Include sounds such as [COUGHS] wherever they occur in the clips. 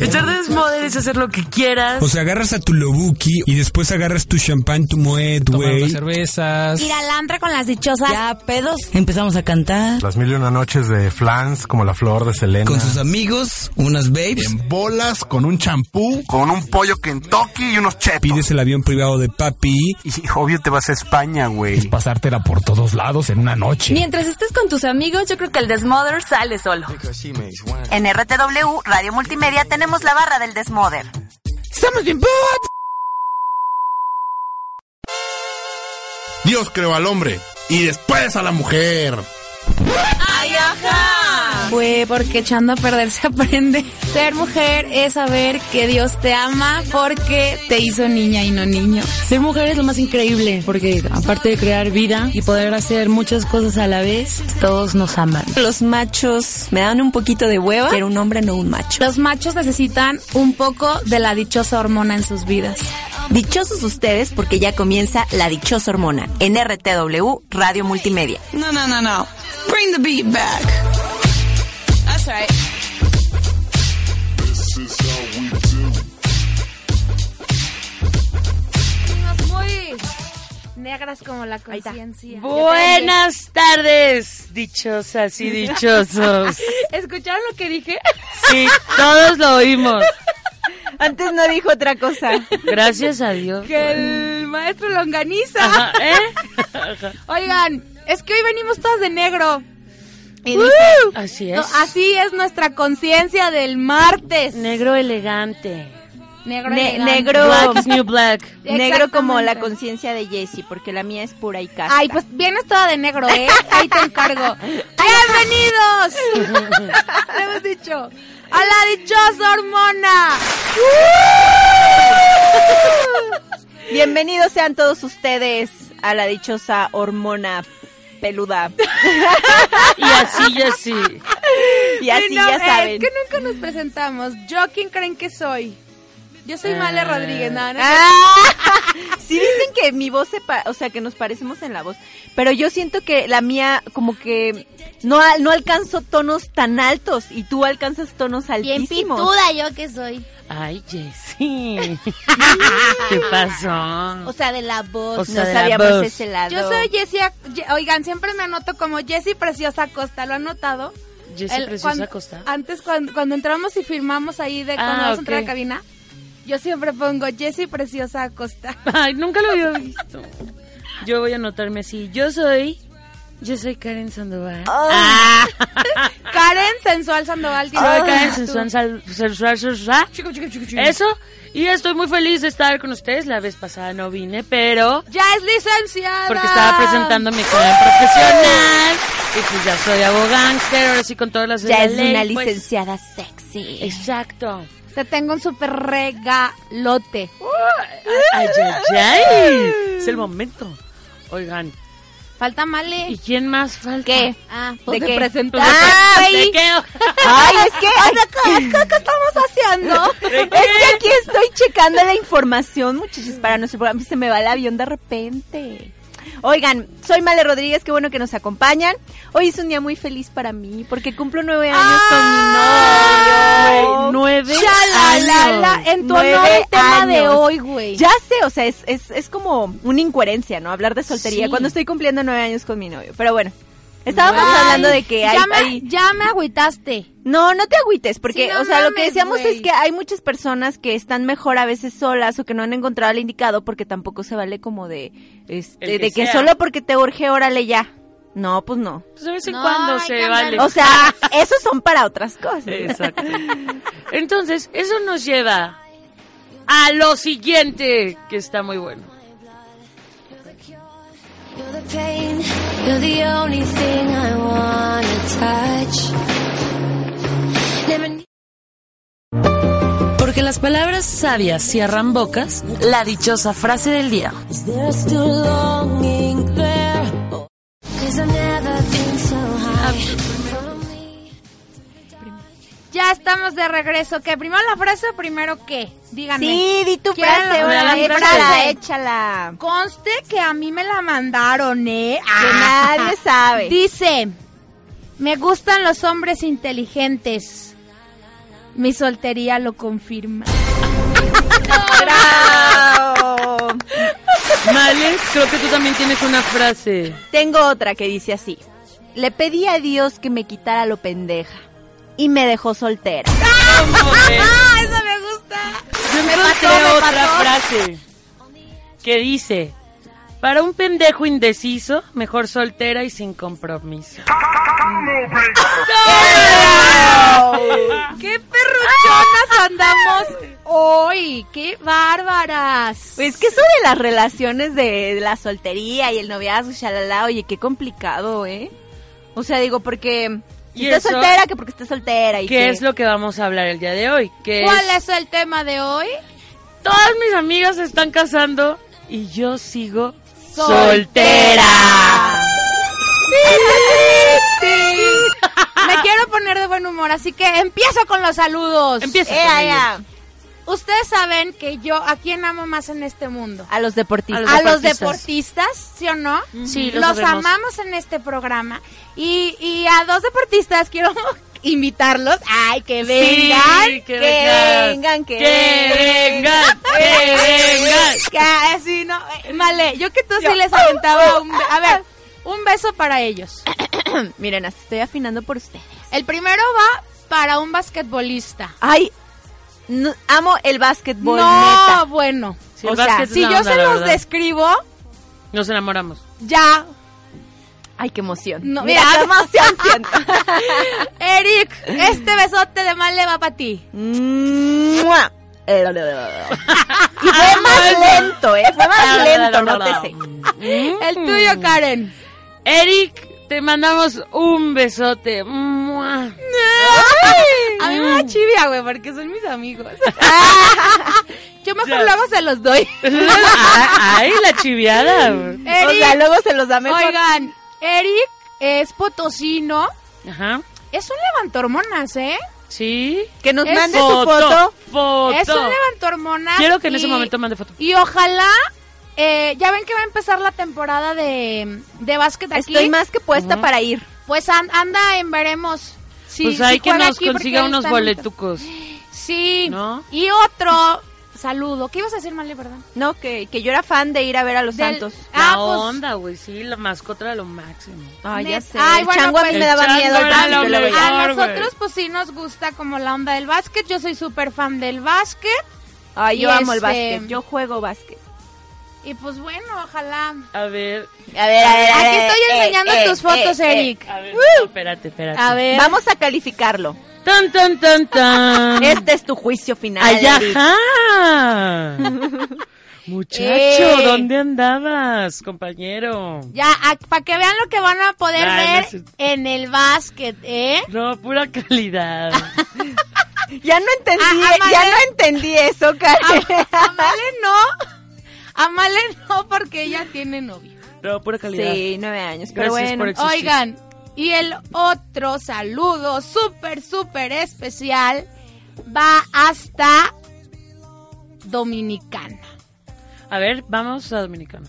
Echar desmoder es hacer lo que quieras. Pues, O sea, agarras a tu lobuki y después agarras tu champán, tu moet, Tomando güey. cervezas. Ir al antro con las dichosas. Ya, pedos. Empezamos a cantar. Las mil y una noches de flans, como la flor de Selena. Con sus amigos, unas babes. En bolas, con un champú, con un pollo Kentucky y unos chetos. Pides el avión privado de papi. Y obvio te vas a España, güey. Pasártela por todos lados en una noche. Mientras estés con tus amigos, yo creo que el desmoder sale solo. En RTW Radio Multimedia tenemos la barra del Desmoder. ¡Estamos bien, bot! Dios creó al hombre y después a la mujer. ¡Ay, ajá! Fue porque echando a perder se aprende. Ser mujer es saber que Dios te ama porque te hizo niña y no niño. Ser mujer es lo más increíble, porque aparte de crear vida y poder hacer muchas cosas a la vez, todos nos aman. Los machos me dan un poquito de hueva, pero un hombre no un macho. Los machos necesitan un poco de la dichosa hormona en sus vidas. Dichosos ustedes porque ya comienza La Dichosa Hormona en RTW Radio Multimedia. No, no, no, no. Bring the beat back. That's right. muy negras como la conciencia. Buenas tardes, dichosas y dichosos. ¿Escucharon lo que dije? Sí, todos lo oímos. Antes no dijo otra cosa. Gracias a Dios. Que el maestro lo Ajá, organiza. ¿eh? Oigan, es que hoy venimos todas de negro. Y dije, Así "No, es. así es nuestra conciencia del martes. Negro elegante. Negro. Ne- elegante. negro. Black is new black. Negro como la Exactamente. conciencia de Jessie, porque la mía es pura y casta. Ay, pues vienes toda de negro, ¿eh? Ahí te encargo. [LAUGHS] ¡Bienvenidos! Le hemos dicho. ¡A la dichosa hormona! Bienvenidos sean todos ustedes a la dichosa hormona [LAUGHS] peluda. Y así y así. Y así Sí, no, ya eh, saben. Es que nunca nos presentamos. ¿Yo quién creen que soy? Yo soy Ah, Male Rodríguez, nada, no, Sí dicen que mi voz se pa- o sea, que nos parecemos en la voz, pero yo siento que la mía como que no al- no alcanzó tonos tan altos y tú alcanzas tonos Bien altísimos. pituda yo que soy. Ay, [LAUGHS] Jessie. ¿Qué pasó? O sea, de la voz, O sea, no de la sabíamos voz. ese lado. Yo soy Jessie, Ac- Ye- oigan, siempre me anoto como Jessie Preciosa Costa, ¿lo han notado? Jessie El- Preciosa cuando- Costa. Antes, cuando, cuando entramos y firmamos ahí de cuando Ah, vamos a entrar a ok. la cabina, yo siempre pongo Jessie Preciosa Acosta. Ay, nunca lo había visto. Yo voy a anotarme así. Yo soy. Yo soy Karen Sandoval. [LAUGHS] Karen Sensual Sandoval. tiene Soy que Ah, Karen ser tú. Sensual Sal- Sensual Sensual. Ah. Chico, chico, chico, chico. Eso. Y estoy muy feliz de estar con ustedes. La vez pasada no vine, pero. Ya es licenciada. Porque estaba presentando mi examen profesional. Y pues ya soy abogánster. Ahora sí con todas las. de ya la es ley, una pues. licenciada sexy. Exacto. Te tengo un super regalote. Ay, ay, [LAUGHS] ay. Es el momento. Oigan, Falta ¿y Male. quién más falta? pues, ¿Qué? Ah, ¿De pues qué? de presentar. Ah, ¿De [LAUGHS] qué? Ay, es que ¿Qué estamos haciendo? [LAUGHS] es que aquí estoy checando la información, muchachos, para nuestro programa. Se me va el avión de repente. Oigan, soy Male Rodríguez, qué bueno que nos acompañan. Hoy es un día muy feliz para mí, porque cumplo nueve años [LAUGHS] Ay, con mi novio. nueve Ya, la, la, la, en tu honor Nueve el tema de años. hoy, güey. Ya sé, o sea, es, es, es como una incoherencia, ¿no? Hablar de soltería Sí. cuando estoy cumpliendo nueve años con mi novio. Pero bueno, estábamos Ay, hablando de que hay... ya, me, hay- ya me agüitaste. No, no te agüites, porque, Sí, no o sea, lo que mames, decíamos güey. es que hay muchas personas que están mejor a veces solas o que no han encontrado el indicado porque tampoco se vale como de, este, El que de que sea. solo porque te urge, órale ya. No, pues no. Pues de vez en No, cuando hay se que vale. hablar. O [LAUGHS] sea, esos son para otras cosas. Exacto. Entonces, eso nos lleva a lo siguiente, que está muy bueno. You're the pain, you're the only thing I wanna touch. las palabras sabias cierran bocas, la dichosa frase del día. Ya estamos de regreso. ¿Qué? ¿Primero la frase o primero qué? Díganme. Sí, di tu ¿Quieren frase, la ahora, primera échala, frase? échala. Conste que a mí me la mandaron, ¿eh? Que nadie sabe. Dice, me gustan los hombres inteligentes. Mi soltería lo confirma. ¡Ah! Males, creo que tú también tienes una frase. Tengo otra que dice así. Le pedí a Dios que me quitara lo pendeja y me dejó soltera. ¡Ah, [LAUGHS] esa me gusta! Yo Me encontré mató, me otra mató. frase que dice, para un pendejo indeciso, mejor soltera y sin compromiso. ¡Qué perruchonas andamos hoy! ¡Qué bárbaras! Pues que eso de las relaciones de la soltería y el noviazgo, shalala, oye, qué complicado, ¿eh? O sea, digo, porque ¿Y si estás eso? soltera, que porque estás soltera y ¿Qué que- es lo que vamos a hablar el día de hoy? Pues, Que ¿Cuál es- es el tema de hoy? Todas mis amigas se están casando y yo sigo Soltera. soltera. [LAUGHS] Me quiero poner de buen humor, así que empiezo con los saludos. Empieza Ea, con ea. Ustedes saben que yo a quién amo más en este mundo. A los deportistas. A los deportistas, ¿sí o no? Sí, lo los sabemos. amamos en este programa. Y, y a dos deportistas quiero [LAUGHS] invitarlos. ¡Ay, que vengan! Sí, que Que vengan. vengan, que, Que vengan, que vengan. Casi, no. eh, Male, yo que tú sí les aventaba un. be- A ver, un beso para ellos. Miren, así estoy afinando por ustedes. El primero va para un basquetbolista. Ay, no- amo el básquetbol, no, neta. bueno. Sí, O el sea, básquet es Si una yo onda, se la los verdad. describo, Nos enamoramos. ya. Ay, qué emoción. No, mira, mira. qué [LAUGHS] emoción siento. Eric, este besote de Male va para ti. [LAUGHS] ¡Mua! Eh, bla, bla, bla, bla. Y fue más lento, ¿eh? Fue más lento, nótese. [LAUGHS] El Mm. tuyo, Karen. Eric, te mandamos un besote. ¡Mua! A mí me da chivia, güey, porque son [LAUGHS] mis amigos. Yo mejor luego se los doy. [LAUGHS] Ay, la chiviada. güey. O sea, Eric, luego se los da mejor. oigan, Eric es potosino. Ajá. Es un levantormonas, ¿eh? Sí. que nos es mande su foto. Foto. Es un levantormonas. Quiero que en ese y- momento mande foto. Y ojalá, eh, ya ven que va a empezar la temporada de, de básquet aquí. Estoy más que puesta para ir. Pues an- anda en veremos. si- pues si hay que juega nos aquí porque consiga unos están- boletucos. Sí. ¿No? Y otro saludo. ¿Qué ibas a decir, Male, perdón? No, que, que yo era fan de ir a ver a los Del- santos. Ah, la pues- onda, güey. Sí, la mascota de lo máximo. Ay, ya Neta. sé. Ay, el bueno, chango a pues- mí me daba El miedo. chango al era principio lo lo veía. mejor. A Claro, güey. nosotros, pues sí nos gusta como la onda del básquet. Yo soy súper fan del básquet. Ay, yo Y amo el este- básquet. Yo juego básquet. Y pues bueno, ojalá. A ver, A ver, a ver. Eh, Aquí estoy enseñando tus fotos, Eric. a ver. no, espérate, espérate. Uh. A ver. Vamos a calificarlo. Tan, tan, tan, tan. Este es tu juicio final. Ay, Eric. ajá. [LAUGHS] Muchacho, Eh. ¿dónde andabas, compañero? Ya, para que vean lo que van a poder Ay, no ver sé. en el básquet, ¿eh? No, pura calidad. Ya no entendí, Ah, ah, ya Male. no entendí eso, Karen. A Male no. A Male no porque ella tiene novio. No, pura calidad. Sí, nueve años, pero bueno. Gracias por existir. Oigan, y el otro saludo súper, súper especial va hasta Dominicana. A ver, vamos a Dominicano.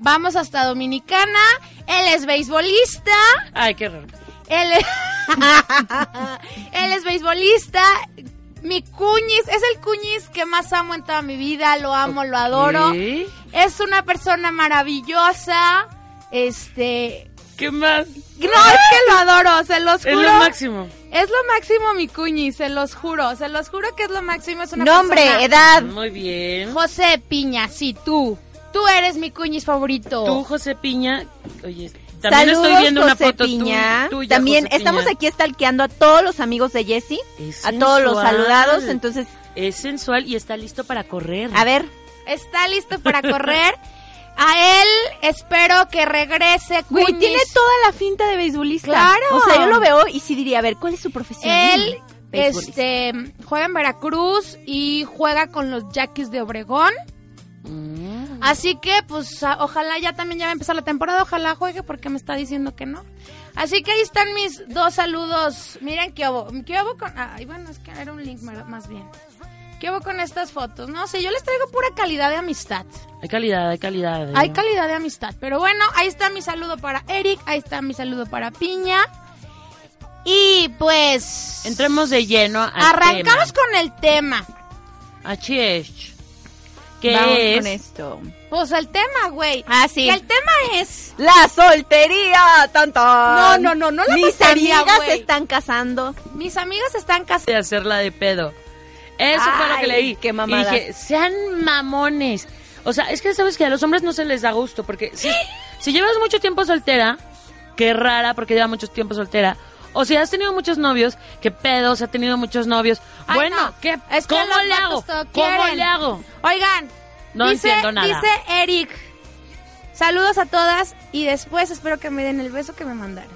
Vamos hasta Dominicana. Él es beisbolista. Ay, qué raro. Él es, [LAUGHS] él es beisbolista. Mi cuñis, es el cuñis que más amo en toda mi vida. Lo amo, lo adoro. ¿Qué? Es una persona maravillosa. Este. ¿Qué más? No, es que lo adoro, se los Ah. Es juro. lo máximo. Es lo máximo, mi cuñis, se los juro. Se los juro que es lo máximo. Es una Nombre, persona- edad. Muy bien. José Piña, sí, tú. Tú eres mi cuñis favorito. Tú, José Piña. Oye, también Saludos, estoy viendo una José foto tu- Piña. tuya. También José estamos Piña. aquí estalqueando a todos los amigos de Jesse, Es a todos los sensual. saludados. Entonces, Es sensual y está listo para correr. a ver, Está listo para correr. A él espero que regrese. güey, Cuñis. tiene toda la finta de beisbolista. Claro. O sea, yo lo veo y sí diría, a ver, ¿cuál es su profesión? Él beisbolistas. Este, juega en Veracruz y juega con los Yaquis de Obregón. Así que, pues, a- ojalá ya también ya va a empezar la temporada, ojalá juegue porque me está diciendo que no. Así que ahí están mis dos saludos. Miren qué hubo, qué hubo con... Ay, bueno, es que era un link mer- más bien. ¿Qué hubo con estas fotos? No sé, yo les traigo pura calidad de amistad. Hay calidad, hay calidad. ¿eh? Hay calidad de amistad. Pero bueno, ahí está mi saludo para Eric, ahí está mi saludo para Piña. Y pues... Entremos de lleno al Arrancamos con el tema. tema. Así es. ¿Qué Vamos es? con esto. Pues el tema, güey. Ah, sí. Que el tema es... La soltería, tanto. No, no, no, no la Mis soltería, amigas güey. se están casando. Mis amigas están casando. De hacerla de pedo. Eso fue lo que Ay, leí. qué mamadas. Y dije, sean mamones. O sea, es que sabes que a los hombres no se les da gusto, porque si, si llevas mucho tiempo soltera, que rara, porque lleva mucho tiempo soltera, o si has tenido muchos novios, que pedo, se ha tenido muchos novios. Ay, bueno, no. ¿qué, Es que ¿cómo los le vatos hago? todo ¿Cómo quieren. le hago? Oigan, No dice, entiendo nada. dice Eric. Saludos a todas y después espero que me den el beso que me mandaron.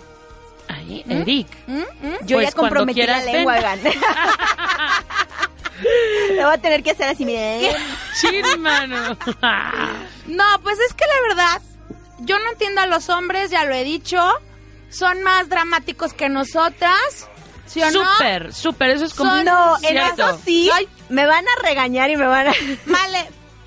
Ay, ¿Mm? Eric. ¿Mm? ¿Mm? Yo Pues ya cuando comprometí la quieras, ven. [LAUGHS] lengua, oigan. [LAUGHS] Lo voy a tener que hacer así, miren. Chin, mano. No, pues es que la verdad, yo no entiendo a los hombres, ya lo he dicho. Son más dramáticos que nosotras. ¿Sí o no? Súper, súper, eso es como... Son- No, en Cierto. eso sí, me van a regañar y me van a... Vale,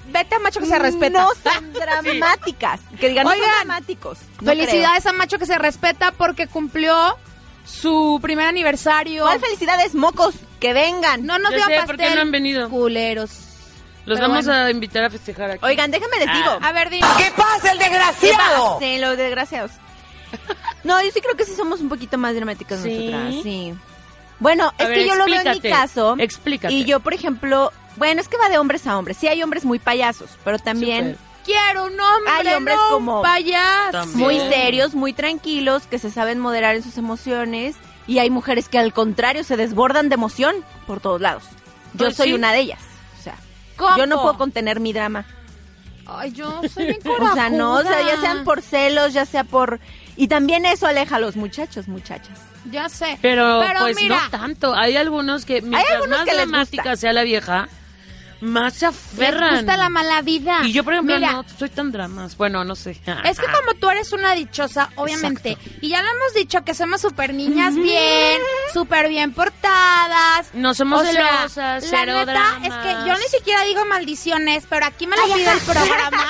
vete a macho que se respeta. No [LAUGHS] son dramáticas. Que digan, no Oigan, son dramáticos. No Felicidades a macho que se respeta porque cumplió su primer aniversario. creo. ¿Cuál felicidades, mocos? Que vengan. No nos Ya dio sé, pastel. ¿por qué no han venido? Culeros. Los Pero vamos bueno. a invitar a festejar aquí. Oigan, déjenme Ah. les digo. A ver, dime. ¿Qué pasa, el desgraciado? Sí, los desgraciados. No, yo sí creo que sí somos un poquito más dramáticas ¿Sí? nosotras. Sí. Bueno, A es ver, que yo lo veo en mi explícate, caso. explícate. Y yo, por ejemplo, bueno, es que va de hombres a hombres. Sí, hay hombres muy payasos, pero también Quiero un hombre, Hay hombres no un como- payaso. También. muy Sí. serios, muy tranquilos, que se saben moderar en sus emociones. Y hay mujeres que al contrario se desbordan de emoción por todos lados. Yo Pues soy sí. una de ellas. O sea, ¿Cómo? yo no puedo contener mi drama. Ay, yo [LAUGHS] soy bien O sea, no, o sea, ya corajuda. sean por celos, ya sea por... Y también eso aleja a los muchachos, muchachas. Ya sé. Pero, pues mira, no tanto. Hay algunos que mientras algunos más que les dramática gusta. sea la vieja, más se les aferran. gusta la mala vida. Y yo, por ejemplo, Mira, no soy tan dramas. Bueno, no sé. Es que como tú eres una dichosa, obviamente, y ya lo hemos dicho que somos súper niñas bien, súper bien portadas. [LAUGHS] No somos o sea, celosas, la cero neta dramas. es que yo ni siquiera digo maldiciones, pero aquí me lo pide el programa.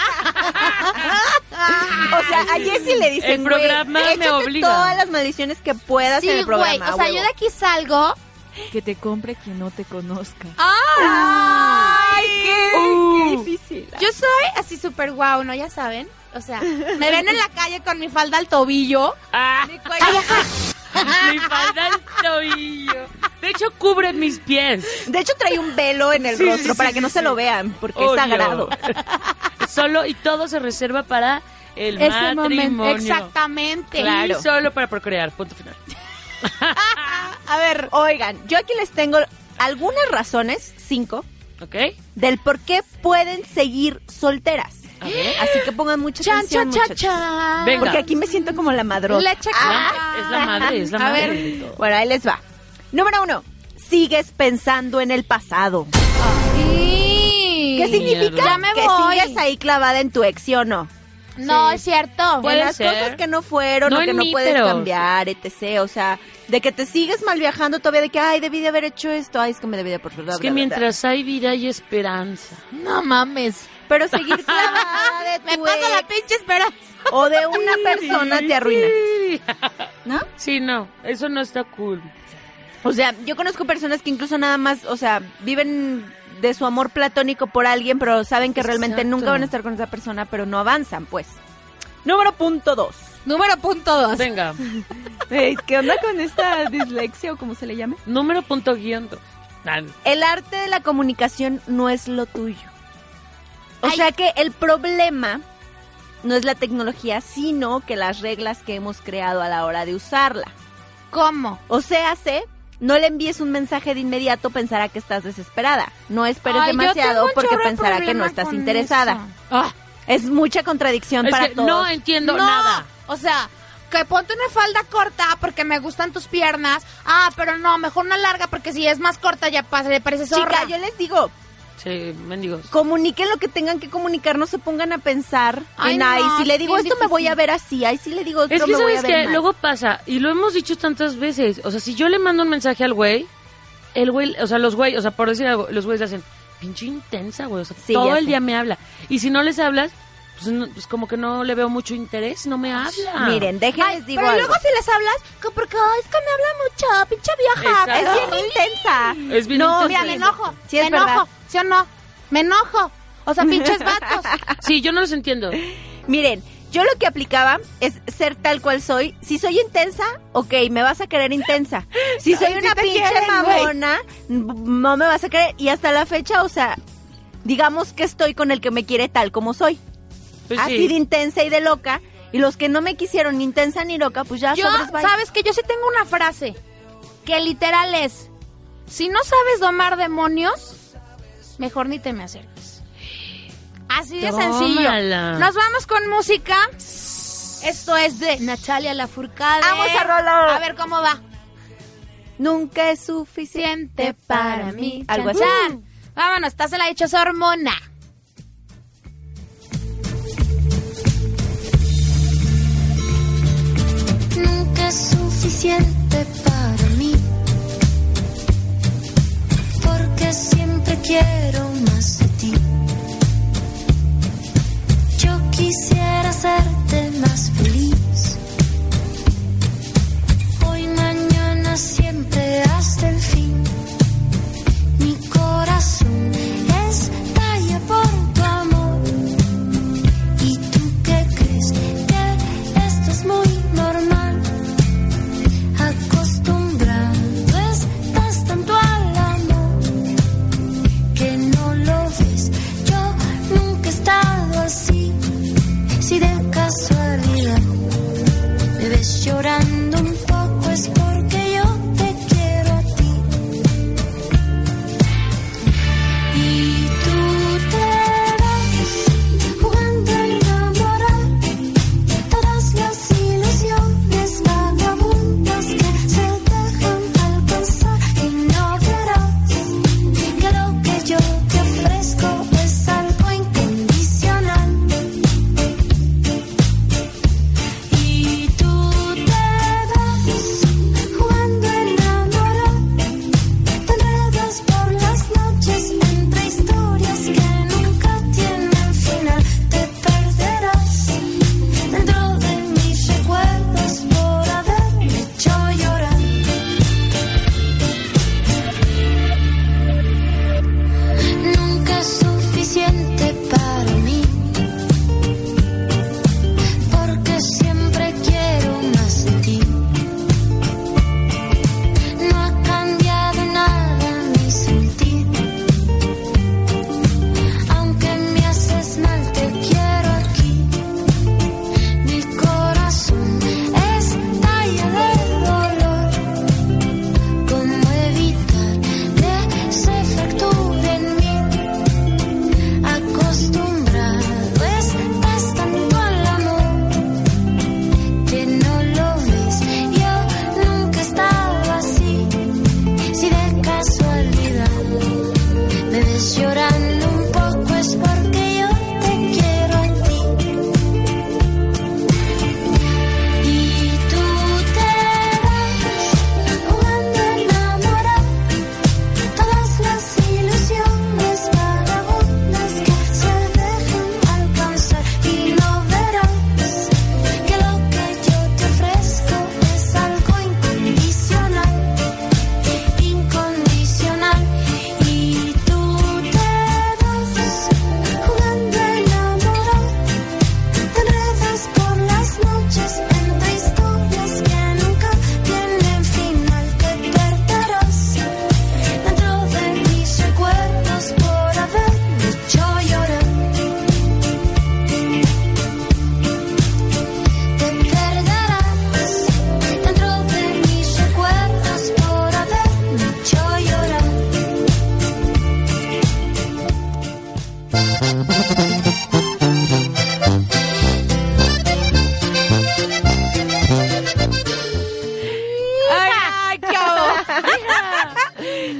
[LAUGHS] O sea, a Jessy le dicen, El "Güey, programa me échate obliga". todas las maldiciones que puedas en sí, el güey, programa. o sea, a yo huevo. de aquí salgo. Que te compre quien no te conozca. ¡Ay, qué, Uh. qué difícil! Yo soy así súper guau, ¿no? Ya saben. O sea, me ven en la calle con mi falda al tobillo. Ah, [LAUGHS] mi cuello- mi falda al tobillo. De hecho, cubre mis pies. [LAUGHS] De hecho, trae un velo en el Sí, rostro sí, para sí, que no sí, se sí. lo vean, porque Obvio. es sagrado. [LAUGHS] Solo y todo se reserva para el Ese momento. matrimonio. Exactamente. Y solo para procrear. Punto final. A ver, oigan, yo aquí les tengo algunas razones, cinco, ¿Ok? del por qué pueden seguir solteras. A ver. Así que pongan mucha Chan, atención, chan, chan, muchachos. chan. Venga. Porque aquí me siento como la madrota. Leche Ah, es la madre, es la A madre ver. de todo. Bueno, ahí les va. Número uno, sigues pensando en el pasado. Sí. ¿Qué significa? Ya me que voy. sigues ahí clavada en tu ex, ¿sí o no? Sí. No, Pues, es cierto. Puede en las ser. cosas que no fueron No o que en no mí, puedes pero- cambiar, etc. O sea, de que te sigues mal viajando todavía, de que, ay, debí de haber hecho esto, ay, es que me debí de por Es que mientras hay vida hay esperanza. No mames. Pero seguir clavada [LAUGHS] de tu Me pasa la ex pinche espera. o de una persona te arruina, ¿no? [LAUGHS] Sí, no, eso no está cool. O sea, yo conozco personas que incluso nada más, o sea, viven de su amor platónico por alguien, pero saben que realmente Exacto. nunca van a estar con esa persona, pero no avanzan, pues. Número punto dos. Número punto dos. Venga, Ey, ¿Qué onda con esta dislexia o como se le llame? número punto guión. dos. Ah, El arte de la comunicación no es lo tuyo. O Ay. sea que el problema no es la tecnología, sino que las reglas que hemos creado a la hora de usarla. ¿Cómo? O sea, sé, no le envíes un mensaje de inmediato, pensará que estás desesperada. No esperes Ay, yo tengo demasiado un porque chorro de pensará que no problema estás con interesada. eso. Es mucha contradicción Es Ah, para que todos. no entiendo nada. O sea, que ponte una falda corta porque me gustan tus piernas. Ah, pero no, mejor una larga porque si es más corta ya pasa, le parece zorra. Chica, Pues, yo les digo, Sí, mendigos. comuniquen lo que tengan que comunicar, no se pongan a pensar Ay, en, no, ay, si le es digo bien esto me voy a ver así, ay, si le digo esto Es que me voy a sabes ver que mal". luego pasa, y lo hemos dicho tantas veces, o sea, si yo le mando un mensaje al güey, el güey, o sea, los güey, o sea, por decir algo, los güeyes le hacen, pinche intensa, güey, o sea, Sí, todo ya el sé. día me habla. Y si no les hablas, pues, no- pues como que no le veo mucho interés, no me habla. Miren, déjenles Ay, digo pero algo. luego si les hablas, que porque ay, es que me habla mucho, pinche vieja. Exacto. Es bien intensa. Es bien no, intensa. mira, me enojo. Sí, es me enojo, verdad. ¿sí o no? Me enojo. O [LAUGHS] sea, pinches vatos. Sí, yo no los entiendo. Miren, yo lo que aplicaba es ser tal cual soy. Si soy intensa, ok, me vas a querer intensa. [LAUGHS] Si soy Ay, sí una te pinche quieren, mamona, n- no me vas a querer. Y hasta la fecha, o sea, digamos que estoy con el que me quiere tal como soy. Pues Así sí. de intensa y de loca. Y los que no me quisieron ni intensa ni loca, pues ya Yo, sobres, bye. sabes que yo sí tengo una frase que literal es: si no sabes domar demonios, mejor ni te me acerques. Así de sencillo. Tómala. Nos vamos con música. Esto es de Natalia Lafourcade. Vamos a Rolo. A ver cómo va. Nunca es suficiente para mí. Algo así. Chan, chan. Vámonos, estás en la dichosa hormona. nunca es suficiente para mí. Porque siempre quiero más de ti. Yo quisiera hacerte más feliz. Hoy, mañana, siempre hasta el fin. Mi corazón estalla por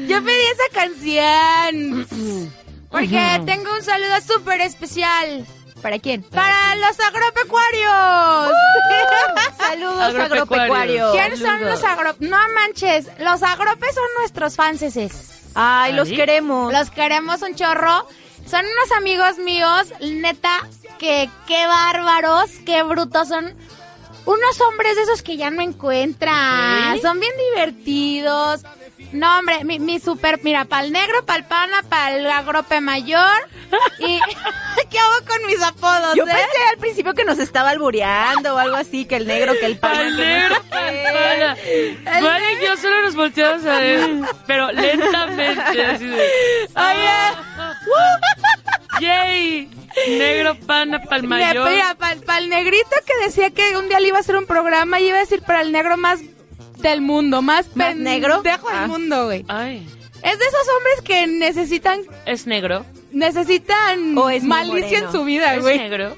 Yo pedí esa canción. Porque Ujú. tengo un saludo súper especial. ¿Para quién? [LAUGHS] Para los agropecuarios. [LAUGHS] Saludos, agropecuarios. ¿Quiénes son Saludos. los agropecuarios? No manches, los agropes son nuestros fanses. Ay, los ¿Ahí? queremos. Los queremos un chorro. Son unos amigos míos, neta, que qué bárbaros, qué brutos son. Unos hombres de esos que ya no encuentras. Son bien divertidos. No, hombre, mi, mi super, mira, pa'l negro, pa'l pana, pa'l agrope mayor. Y [LAUGHS] ¿qué hago con mis apodos? Yo eh? pensé al principio que nos estaba albureando o algo así, que el negro, que el pan. [LAUGHS] Al negro, al pana. Vale, yo solo nos volteamos a ver, pero lentamente, así de... eh. ¡Woo! [LAUGHS] ¡Yay! Negro pana pa'l Mira, mayor. mira, pa'l pa'l negrito que decía que un día le iba a hacer un programa y iba a decir para el negro más del mundo, más, ¿Más negro? pendejo del Ah. mundo, güey. Ay. Es de esos hombres que necesitan Es negro. necesitan O es muy malicia moreno. en su vida, Es güey. negro.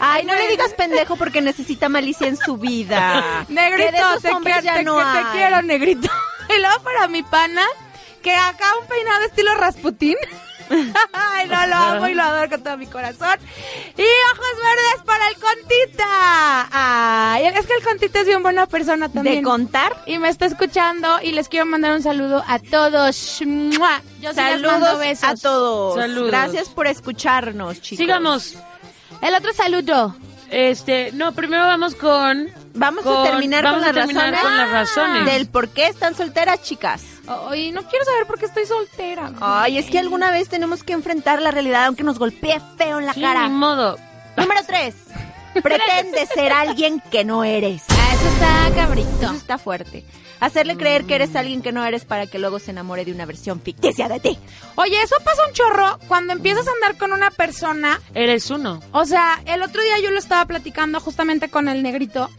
Ay, no le digas pendejo porque necesita malicia en su [LAUGHS] vida. Que de Negrito, esos te hombres quiero, ya te, no que- te hay. quiero, negrito. [LAUGHS] Y luego para mi pana, que acá un peinado estilo Rasputín. [LAUGHS] Ay, no, lo amo y lo adoro con todo mi corazón. Y ojos verdes para el Contita. Ay, es que el Contita es bien buena persona también. ¿De contar? Y me está escuchando y les quiero mandar un saludo a todos. ¡Mua! Yo sí les mando Saludos besos. a todos. Saludos. Gracias por escucharnos, chicos. Sigamos. El otro saludo. Este, no, primero vamos con... Vamos con- a terminar, vamos con, a las terminar razones con las razones. del por qué están solteras, chicas. Ay, no quiero saber por qué estoy soltera. Ay, es que alguna vez tenemos que enfrentar la realidad aunque nos golpee feo en la Sí, cara. ni modo. Número tres. [LAUGHS] Pretende ser alguien que no eres. eso está cabrito. Eso está fuerte. Hacerle creer que Mm. eres alguien que no eres para que luego se enamore de una versión ficticia de ti. Oye, eso pasa un chorro cuando empiezas a andar con una persona. Eres uno. O sea, el otro día yo lo estaba platicando justamente con el negrito.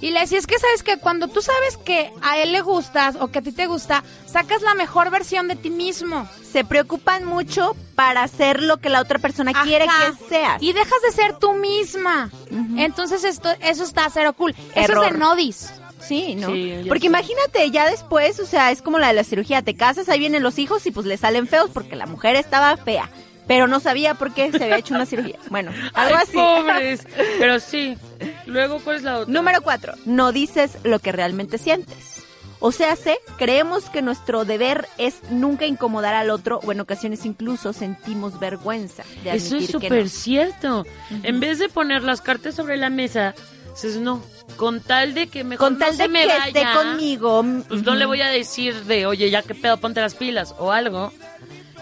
Y le decía, es que sabes que cuando tú sabes que a él le gustas o que a ti te gusta, sacas la mejor versión de ti mismo. Se preocupan mucho para hacer lo que la otra persona quiere que seas. Y dejas de ser tú misma. Entonces esto, eso está cero cool. Eso es Error. de nodis. Sí, ¿no? Sí, ya porque sé. imagínate, ya después, o sea, es como la de la cirugía, te casas, ahí vienen los hijos y pues le salen feos porque la mujer estaba fea, pero no sabía por qué se había hecho una cirugía. [LAUGHS] Bueno, algo Ay, así. pobres. Pero sí. Luego, ¿cuál es la otra? Número cuatro, no dices lo que realmente sientes. O sea, sé, creemos que nuestro deber es nunca incomodar al otro o en ocasiones incluso sentimos vergüenza de Eso es admitir que súper no. cierto. En vez de poner las cartas sobre la mesa, dices, no, con tal de que mejor Con no tal se de me que vaya, esté conmigo. Pues no le voy a decir de, oye, ya que pedo, ponte las pilas o algo.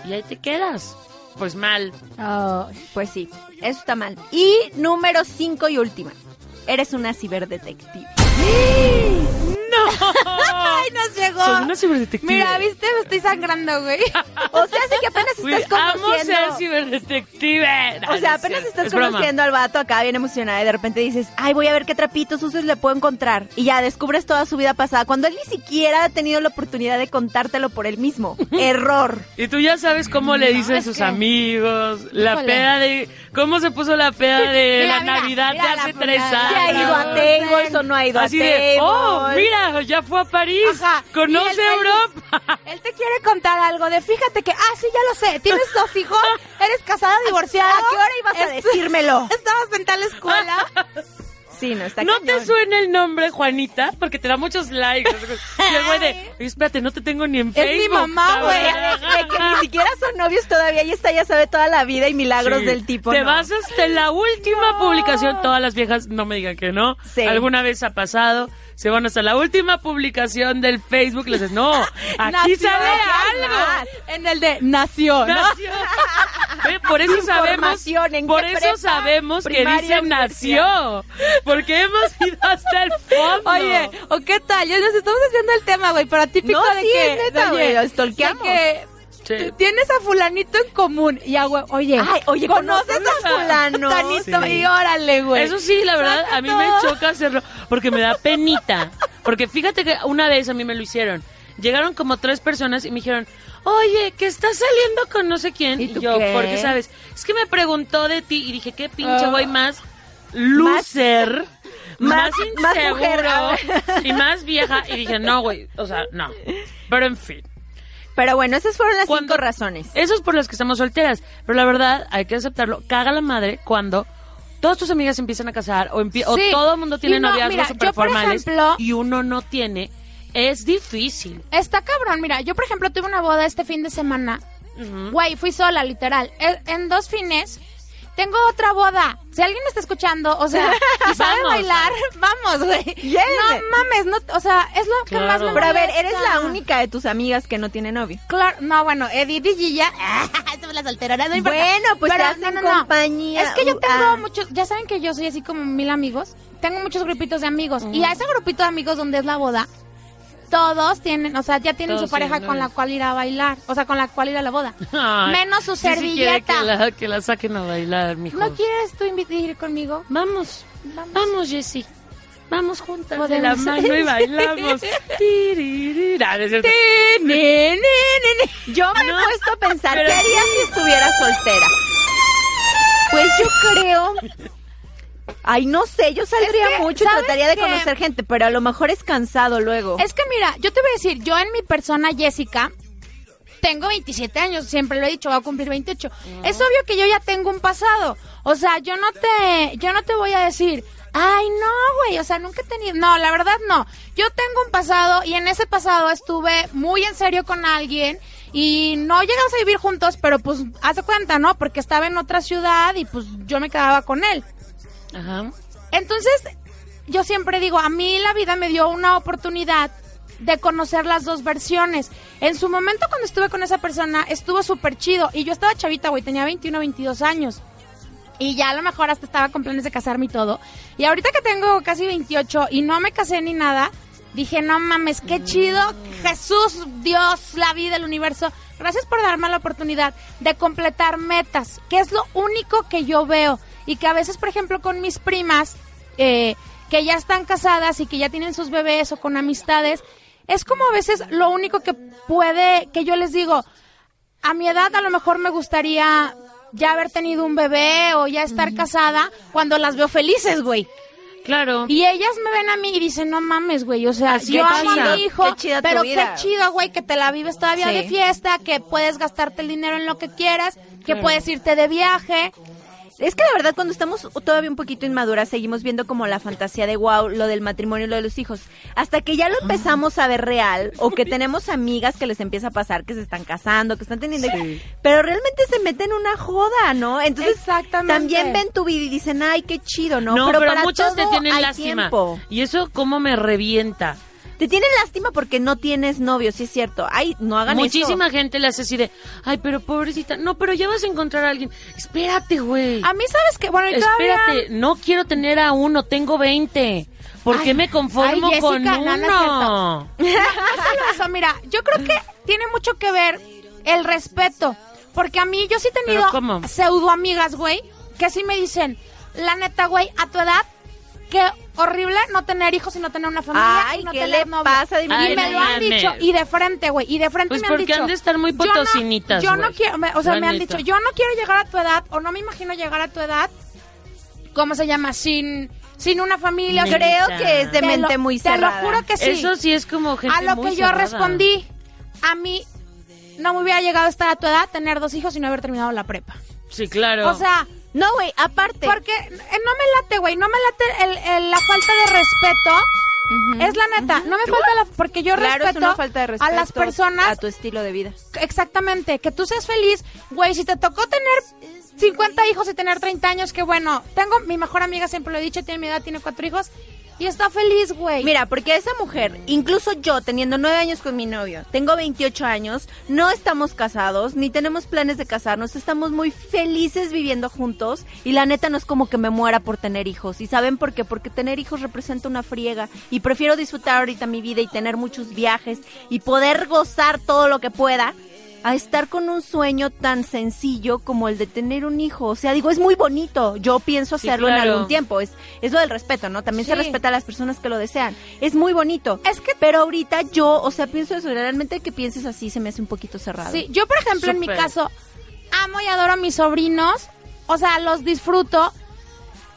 Y ahí te quedas. Pues mal. pues sí, eso está mal. Y número cinco y última, eres una ciberdetective. [LAUGHS] ¡No! ¡Ay, nos llegó! Son una ciberdetective. Mira, ¿viste? Me estoy sangrando, güey. O sea, sé que apenas Güey, estás amo conociendo. ser ciberdetective. [LAUGHS] No, O sea, apenas no es cierto. estás Es broma. conociendo al vato acá bien emocionada y de repente dices, ay, voy a ver qué trapitos sucios le puedo encontrar. Y ya descubres toda su vida pasada, cuando él ni siquiera ha tenido la oportunidad de contártelo por él [LAUGHS] mismo. Error. Y tú ya sabes cómo le dicen sus amigos, la Híjole. peda de... ¿Cómo se puso la peda de Mira, la mira, Navidad mira de la hace tres fulana. años? Si ha ido a tables o no ha ido Así a de, oh, tables. mira, ya fue a París, conoce Y él- Europa. [LAUGHS] Él te quiere contar algo de fíjate que, ah, sí, ya lo sé, tienes dos hijos, eres casada, divorciada. ¿A qué hora ibas a decírmelo? [LAUGHS] Estabas en tal escuela. [LAUGHS] Sí, no está ¿No cañón. te suena el nombre, Juanita? Porque te da [LAUGHS] muchos likes. Y el güey de, "Oye, espérate, no te tengo ni en Es Facebook. mi mamá, güey. [LAUGHS] De que ni siquiera son novios todavía y esta ya sabe toda la vida y milagros Sí. del tipo. Te ¿no? vas hasta la última publicación. Todas las viejas, no me digan que no. Sí. Alguna vez ha pasado. Se van hasta la última publicación del Facebook. y Les [LAUGHS] dices, no, aquí Nació, sale aquí hay algo. más. En el de nació, ¿no? Nació. Ve, por eso sabemos, Información, ¿en por qué eso prepa, sabemos que primaria, dice nació. Porque hemos ido hasta el fondo. Oye, ¿o qué tal? Ya nos estamos haciendo el tema, güey, pero típico No, de sí, que... es neta, de, güey, oye, lo stalkeamos. de que Sí. Tienes a fulanito en común y a güey, oye, Ay, oye, ¿conoces a fulano? Tanito Sí. y órale, güey. Eso sí, la verdad, a mí me choca hacerlo porque me da penita. Porque fíjate que una vez a mí me lo hicieron. Llegaron como tres personas y me dijeron, oye, que estás saliendo con no sé quién. Y, tú yo, qué? porque sabes, es que me preguntó de ti y dije, qué pinche Ah. güey más loser, [LAUGHS] más, más- más inseguro mujer, a y más vieja. Y dije, no, güey, o sea, no. Pero en fin. Pero bueno, esas fueron las Cuando- cinco razones. Eso es por las que estamos solteras. Pero la verdad, hay que aceptarlo. Caga la madre cuando todas tus amigas se empiezan a casar o, empie- o Sí. todo el mundo tiene Y no, noviazgos mira, yo, super por formales ejemplo- y uno no tiene. Es difícil. Está cabrón, mira, yo por ejemplo tuve una boda este fin de semana. Güey, fui sola, literal. En, en dos fines. Tengo otra boda. Si alguien me está escuchando, o [LAUGHS] sea, y sabe Vamos. bailar, vamos, güey. No mames, no, o sea, es lo que más me Pero a ver, eres molesta. la única de tus amigas que no tiene novio. Claro, no, bueno, Edith y Gilla. Ah, Somos las solteronas, no importa. Bueno, pues te Pero, hacen compañía. Es que yo Uh, tengo ah. muchos, ya saben que yo soy así como mil amigos. Tengo muchos grupitos de amigos. Y a ese grupito de amigos donde es la boda, todos tienen, o sea, ya tienen Todos su pareja tienen con la novios. cual ir a bailar. O sea, con la cual ir a [LAUGHS] la boda. Menos su Ni siquiera servilleta. Que la, que la saquen a bailar, mijo. ¿No quieres tú invi- ir conmigo? Vamos. Vamos, Jessy. Vamos juntas de la Podemos- mano y [LAUGHS] bailamos. Tiririra, ¿no es cierto? Yo me he puesto a pensar, pero- ¿qué haría si estuviera soltera? Pues yo creo... Ay, no sé, yo saldría Es que, mucho, ¿sabes trataría de qué? conocer gente, pero a lo mejor es cansado luego. Es que mira, yo te voy a decir, yo en mi persona, Jessica, tengo 27 años, siempre lo he dicho, voy a cumplir 28. Es obvio que yo ya tengo un pasado. O sea, yo no te, yo no te voy a decir, ay no, güey, o sea, nunca he tenido. No, la verdad no. Yo tengo un pasado y en ese pasado estuve muy en serio con alguien. Y no llegamos a vivir juntos, pero pues hace cuenta, ¿no? Porque estaba en otra ciudad y pues yo me quedaba con él. Ajá. Entonces, yo siempre digo, a mí la vida me dio una oportunidad de conocer las dos versiones. En su momento cuando estuve con esa persona estuvo súper chido y yo estaba chavita, güey, tenía 21, 22 años. Y ya a lo mejor hasta estaba con planes de casarme y todo. Y ahorita que tengo casi 28 y no me casé ni nada, dije, no mames, qué chido. Jesús, Dios, la vida, el universo. Gracias por darme la oportunidad de completar metas, que es lo único que yo veo. Y que a veces, por ejemplo, con mis primas, eh, que ya están casadas y que ya tienen sus bebés o con amistades, es como a veces lo único que puede, que yo les digo, a mi edad a lo mejor me gustaría ya haber tenido un bebé o ya estar casada cuando las veo felices, güey. Claro. Y ellas me ven a mí y dicen, no mames, güey, o sea, Así yo amo pasa. a mi hijo, Qué chida tu pero vida. qué chido, güey, que te la vives todavía Sí. de fiesta, que puedes gastarte el dinero en lo que quieras, que Claro. puedes irte de viaje. Es que la verdad cuando estamos todavía un poquito inmaduras seguimos viendo como la fantasía de wow, lo del matrimonio y lo de los hijos. Hasta que Ah. ya lo empezamos a ver real o [LAUGHS] que tenemos amigas que les empieza a pasar que se están casando, que están teniendo... Sí. Pero realmente se meten en una joda, ¿no? Entonces también ven tu vida y dicen, ay, qué chido, ¿no? No, pero, para muchas te todo tienen hay lástima. tiempo. Y eso cómo me revienta. Te tienen lástima porque no tienes novio, sí es cierto. Ay, no hagan Muchísima eso. gente le hace así de, ay, pero pobrecita, no, pero ya vas a encontrar a alguien. Espérate, güey. A mí sabes que, bueno, y todavía- Espérate, no quiero tener a uno, tengo 20. ¿Por qué Ay, me conformo ay, Jessica, con no, no uno? es No solo eso, mira, yo creo que tiene mucho que ver el respeto. Porque a mí, yo sí he tenido ¿Pero cómo? pseudo amigas, güey, que sí me dicen, la neta, güey, a tu edad, qué horrible no tener hijos y no tener una familia. Ay, y no ¿qué tener le novio". pasa, Y Dios mío? me Ay, lo no han mames. dicho, y de frente, güey, y de frente Pues me han porque dicho. han de estar muy "Yo no- potosinitas, Yo no güey". quiero, me- o sea, La me han neta. dicho, yo no quiero llegar a tu edad, o no me imagino llegar a tu edad, ¿cómo se llama? Sin... Sin una familia. o sea, Creo que es de te lo- mente muy cerrada. Te lo juro que sí. Eso sí es como gente A lo muy que yo cerrada. respondí, a mí no me hubiera llegado a estar a tu edad, tener dos hijos y no haber terminado la prepa. Sí, claro. O sea... No, güey, aparte. Porque eh, no me late, güey, no me late el- el- la falta de respeto. Es la neta, no me falta la... Porque yo Claro, es respeto, una falta de respeto a las personas... a tu estilo de vida. Exactamente, que tú seas feliz, güey, si te tocó tener 50 hijos y tener 30 años, que bueno, tengo mi mejor amiga, siempre lo he dicho, tiene mi edad, tiene cuatro hijos y está feliz, güey. Mira, porque esa mujer, incluso yo, teniendo nueve años con mi novio, tengo 28 años, no estamos casados, ni tenemos planes de casarnos, estamos muy felices viviendo juntos y la neta no es como que me muera por tener hijos. ¿Y saben por qué? Porque tener hijos representa una friega y prefiero disfrutar ahorita mi vida y tener muchos viajes y poder gozar todo lo que pueda a estar con un sueño tan sencillo como el de tener un hijo. O sea, digo, es muy bonito. Yo pienso Sí, hacerlo en claro. algún tiempo. Es, es lo del respeto, ¿no? También se Sí. respeta a las personas que lo desean. Es muy bonito. Es que... Pero ahorita yo, o sea, pienso eso. Realmente que pienses así se me hace un poquito cerrado. Sí, yo por ejemplo en mi Súper. caso amo y adoro a mis sobrinos, o sea, los disfruto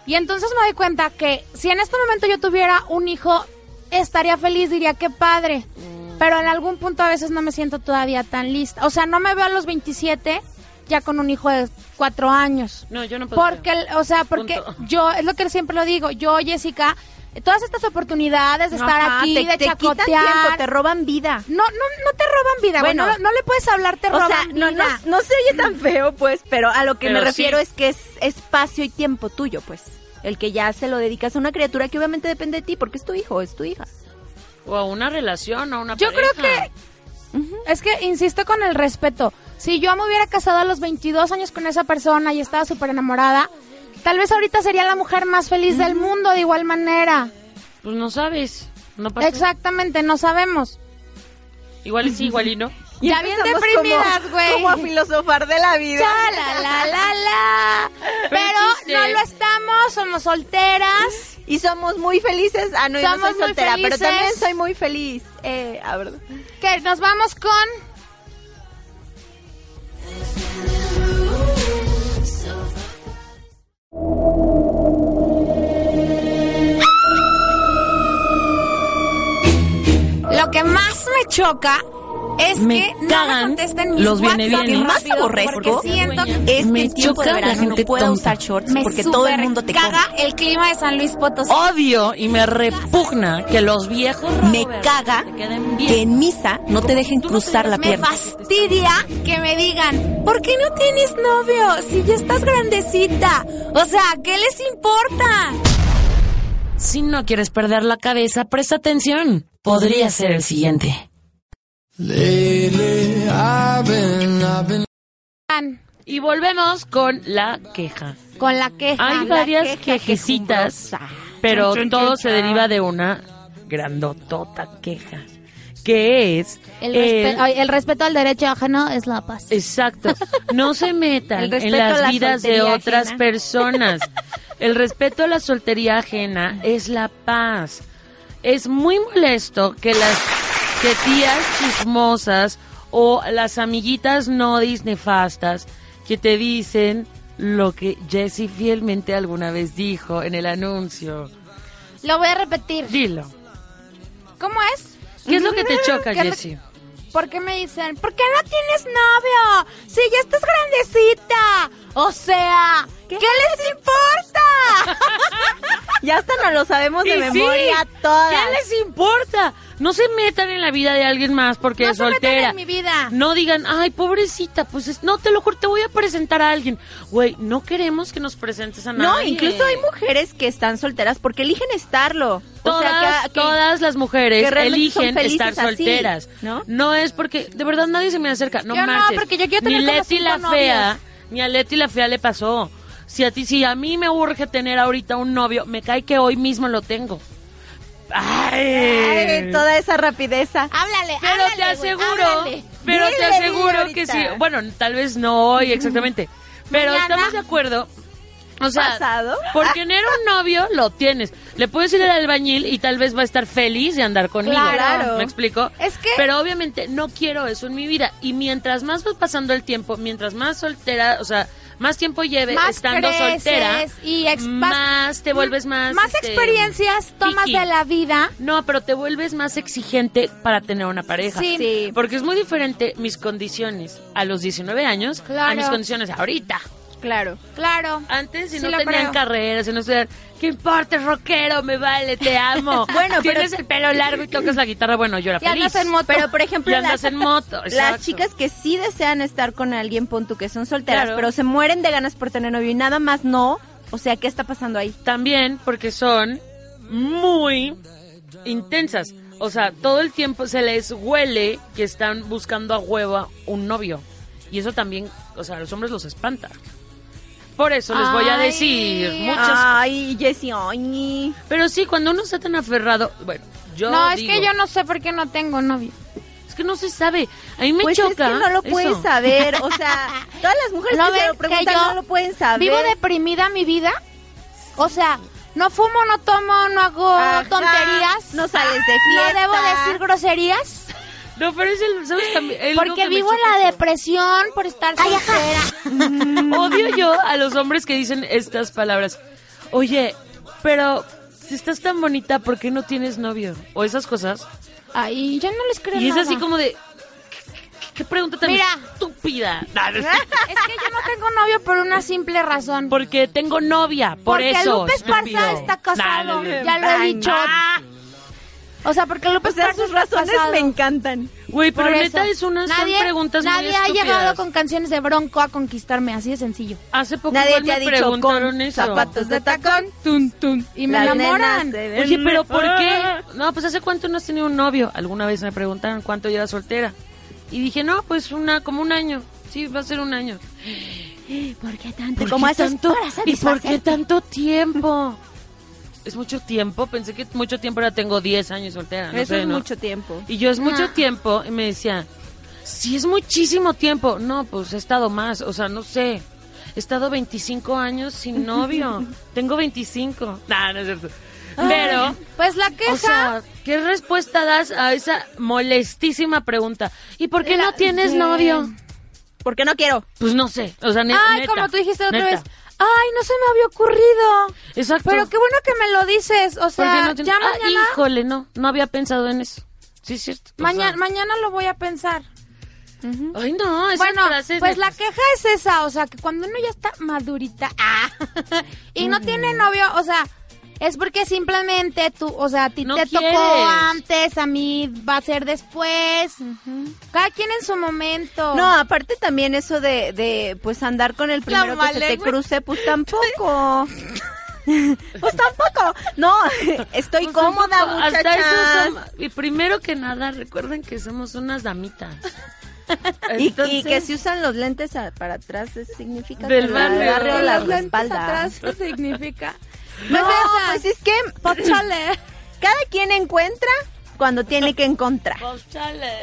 y entonces me doy cuenta que si en este momento yo tuviera un hijo estaría feliz, diría qué padre. Mm. Pero en algún punto a veces no me siento todavía tan lista. O sea, no me veo a los 27 ya con un hijo de cuatro años. No, Pues yo no podría. Porque, el- o sea, porque Punto. yo, es lo que siempre lo digo, yo, Jessica, todas estas oportunidades de estar Ajá, aquí, te- de te quitan chacotear. tiempo, te roban vida. No, no, no te roban vida, bueno, Bueno. no, no le puedes hablar, te roban o sea, no, no, vida. no se oye tan feo, pues, pero a lo que me Pero sí. refiero es que es espacio y tiempo tuyo, pues. El que ya se lo dedicas a una criatura que obviamente depende de ti, porque es tu hijo, es tu hija. O a una relación, o a una Yo creo que- Es que insisto con el respeto. Si yo me hubiera casado a los 22 años con esa persona y estaba súper enamorada, tal vez ahorita sería la mujer más feliz del mundo de igual manera. Pues no sabes. No pasa Exactamente, no sabemos. Igual y sí, igual y no. ya bien empezamos deprimidas, como- güey. como a filosofar de la vida. Ya, la, la, la, la. Pero chiste. no lo estamos, somos solteras. Y somos muy felices. Ah, no, yo no Somos soy muy soltera, pero felices. también soy muy feliz. Eh, a ver. Que nos vamos con Lo que más me choca es que no me contesten mis los viene WhatsApp bien. rápido, Más aborrezco porque siento que es que me en tiempo de choca verano no puedo usar shorts porque todo el mundo te caga el clima de San Luis Potosí. Odio y me repugna que los viejos me caga que en misa no te dejen cruzar la pierna. Me fastidia que me digan, ¿por qué no tienes novio si ya estás grandecita? O sea, ¿qué les importa? Si no quieres perder la cabeza, presta atención. Podría ser el siguiente. Y volvemos con la queja. Con la queja. Hay la varias queja quejecitas, pero Chun, chun, todo chun, se chun. deriva de una grandotota queja, que es... El, el- respe- ay, el respeto al derecho ajeno es la paz. Eh. Exacto. No se [LAUGHS] El metan respeto en a las la vidas de soltería otras ajena. [LAUGHS] personas. El respeto a la soltería ajena es la paz. Es muy molesto que las que tías chismosas o las amiguitas nodis nefastas que te dicen lo que Jesse fielmente alguna vez dijo en el anuncio. Lo voy a repetir. Dilo. ¿Cómo es? ¿Qué es lo que te choca, ¿Qué es lo- Jesse? ¿Por qué me dicen? ¿Por qué no tienes novio? Si ya estás grandecita. O sea, ¿qué, les importa? Ya hasta no lo sabemos de Y sí, memoria todas. ¿Qué les importa? No se metan en la vida de alguien más porque [LAUGHS] no es se metan soltera. en mi vida. No digan, ay, pobrecita, pues es- no, te lo juro, te voy a presentar a alguien. Güey, no queremos que nos presentes a nadie. No, incluso hay mujeres que están solteras porque eligen estarlo. Todas, que- que- todas las que mujeres realmente son eligen felices estar así, solteras. ¿no? es porque, de verdad, nadie se me acerca. No Yo no, manches. porque yo quiero tener Ni como Leti cinco la fea, novias. ni a Leti la fea le pasó. Si a ti, si a mí me urge tener ahorita un novio, me cae que hoy mismo lo tengo. Ay, Ay, toda esa rapideza. Háblale, Pero háblale, te güey, aseguro, háblale. pero te Dile, aseguro dile que sí. ahorita. Bueno, tal vez no hoy exactamente, pero Mañana. estamos de acuerdo. O sea, Pasado. por tener un novio lo tienes. Le puedes ir al albañil y tal vez va a estar feliz de andar conmigo. Claro. ¿Me explico? Es que- Pero obviamente no quiero eso en mi vida. Y mientras más vas pasando el tiempo, mientras más soltera, o sea, más tiempo lleve Más estando creces soltera, y ex- más- más te vuelves más... Más este, experiencias tomas picky. de la vida. no, pero te vuelves más exigente para tener una pareja. Sí. Sí. Porque es muy diferente mis condiciones a los 19 años a Claro. mis condiciones ahorita. Claro. Claro. Antes, si Sí no lo tenían creo. carrera, si no estudiaban, ¿qué importa, rockero? Me vale, te amo. [LAUGHS] Bueno, pero- Tienes el pelo largo y tocas la guitarra, bueno, yo era Y andas feliz. en moto. Pero, por ejemplo, Y andas las, en moto. las exacto. chicas que sí desean estar con alguien, pon tú, que son solteras, Claro. pero se mueren de ganas por tener novio y nada más no. O sea, ¿qué está pasando ahí? También porque son muy intensas. O sea, todo el tiempo se les huele que están buscando a hueva un novio. Y eso también, o sea, a los hombres los espanta. Por eso les voy a Ay, Ah. decir muchas Ay, Jessie, ay. Pero sí, cuando uno está tan aferrado, bueno, yo no, es digo, que yo no sé por qué no tengo novio. es que no se sabe. A mí me Pues choca. es que no lo eso. puedes saber. O [LAUGHS] sea, todas las mujeres ¿No que se ven lo preguntan que yo no lo pueden saber. ¿Vivo deprimida mi vida? O sea, no fumo, no tomo, no hago Ajá, tonterías. No sales de No fiesta. debo decir groserías. No, pero es el, ¿sabes? También, es algo Porque que me vivo en choca la eso. depresión por estar soltera. Odio yo a los hombres que dicen estas palabras. Oye, pero si estás tan bonita, ¿por qué no tienes novio? O esas cosas. Ay, yo no les creo Y es nada. así como de. ¿Qué, qué pregunta tan Mira. estúpida? Nah, no es- Es que yo no tengo novio por una simple razón. Porque tengo novia, por porque eso. Lupe estúpido. Esparza está Nah, no, casado. no. Ya lo he Ay, Pues dicho. nah. O sea, porque Lupe O sea, Esparza sus está razones casado. me encantan. Güey, pero Por neta eso. es unas son Nadie- preguntas muy Nadie ha estúpidas. llegado con canciones de Bronco a conquistarme, así de sencillo. Hace poco Nadie igual te me ha dicho, preguntaron con eso. zapatos de tacón, tun, tun. Y me enamoran. Oye, [LAUGHS] pero ¿por qué? No, pues ¿hace cuánto no has tenido un novio? Alguna vez me preguntaron cuánto llevas soltera. Y dije, no, pues una como un año. Sí, va a ser un año. ¿Por qué tanto? ¿Por ¿Cómo qué haces tanto? tú para ¿Y por qué satisfacerte? tanto tiempo? Es mucho tiempo. Pensé que mucho tiempo era tengo 10 años soltera. no Eso sé, es ¿no? mucho tiempo. Y yo es mucho Ah. tiempo. Y me decía, si es muchísimo tiempo. No, pues he estado más. O sea, no sé. He estado 25 años sin [LAUGHS] novio. Tengo 25. Nah, no es cierto. Pero, Pues la queja. o sea, ¿qué respuesta das a esa molestísima pregunta? ¿Y por qué La- no tienes Sí. novio? Porque no quiero. Pues no sé. O sea, ne- Ay, neta, como tú dijiste otra neta. vez. Ay, no se me había ocurrido. Exacto. Pero qué bueno que me lo dices. O Porque sea, no tiene- ya Ah, mañana, Pues, híjole, no, no había pensado en eso. Sí, es cierto. o mañana, sea, mañana lo voy a pensar. Ujú. Ay, no, esas bueno, frases pues la netas. queja es esa, o sea, que cuando uno ya está madurita [LAUGHS] ah, y no tiene novio, o sea, es porque simplemente tú, o sea, a ti No te tocó quieres. antes, a mí va a ser después. Cada quien en su momento. No, aparte también eso de, de pues andar con el primero que se te malegüe. cruce, pues [LAUGHS] tampoco. pues tampoco. No, [LAUGHS] estoy pues cómoda, tampoco- muchachas. Hasta eso som- y primero que nada, recuerden que somos unas [LAUGHS] damitas. Y, y Entonces- que si usan los lentes a- para atrás es- significa Del que la barrio. barrio Los la lentes respalda. atrás, ¿qué significa? [LAUGHS] No, pues es que, pochale. Cada quien encuentra cuando tiene que encontrar.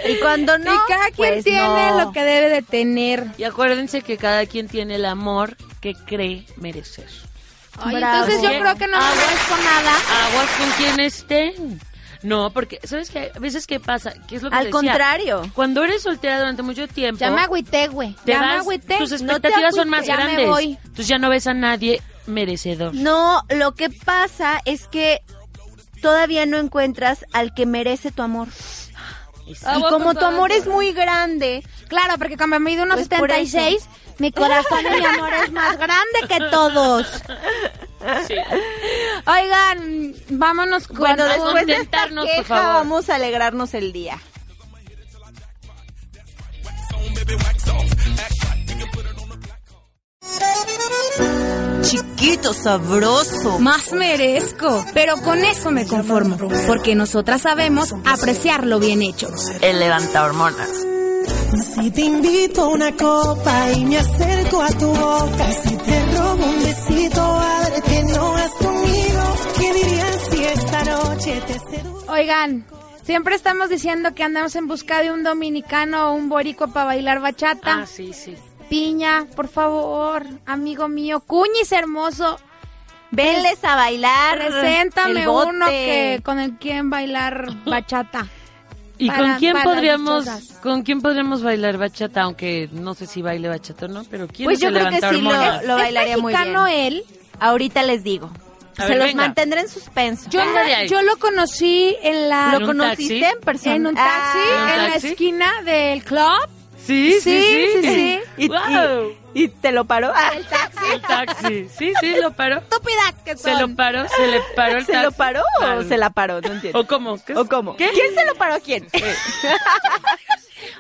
Y cuando no, y cada quien pues tiene no. lo que debe de tener. Y acuérdense que cada quien tiene el amor que cree merecer. Ay, Bravo. entonces yo Oye, creo que no me merezco nada. Aguas con quien estén. No, porque, ¿sabes qué? A veces, ¿qué pasa? ¿Qué es lo que Al decía? contrario. Cuando eres soltera durante mucho tiempo... Ya me agüité, güey. te Ya me das- agüité. Tus No te expectativas son más agüites. Ya me grandes. voy. Entonces ya no ves a nadie merecedor. No, lo que pasa es que todavía no encuentras al que merece tu amor. Y Agua como con tu amor todo. es muy grande, Claro, porque cuando me mido unos Pues por 76, eso. mi corazón y mi amor es más grande que todos. Oigan, vámonos con... bueno, después de esta contentarnos, por queja favor. vamos a alegrarnos el día. Chiquito, sabroso. Más merezco, pero con eso me conformo, porque nosotras sabemos apreciar lo bien hecho. El levanta hormonas. Si te invito a una copa y me acerco a tu boca, si te robo un besito, padre, que no has conmigo, ¿qué dirías si esta noche te seduzco? Oigan, siempre estamos diciendo que andamos en busca de un dominicano o un boricua para bailar bachata. Ah, sí, sí. Piña, por favor, amigo mío, cuñis hermoso, Venles a bailar. preséntame el bote. uno que con el quien bailar [LAUGHS] bachata. ¿Y Para- con quién para podríamos dichosas. con quién podríamos bailar bachata? Aunque no sé si baile bachata o no, pero ¿quién Pues se yo creo que levanta sí hormonas? lo, lo bailaría ¿Es muy bien. mexicano él? Ahorita les digo. A Se ver, los venga. mantendré en suspenso. Ah, Yo, Venga Ah, de ahí. yo lo conocí en la... ¿En ¿Lo un conociste taxi? en persona? en un taxi, Ah. ¿En un en la taxi? esquina del club. Sí, sí, sí. sí, sí. Y, y- Wow. y te lo paró. Ah, El taxi. El taxi. Sí, sí, lo paró. Estúpidas que Se lo paró, se le paró el ¿Se taxi. lo paró o Claro. se la paró? No entiendo. ¿O cómo? ¿Qué? ¿O cómo? ¿Qué? ¿Quién se lo paró a quién?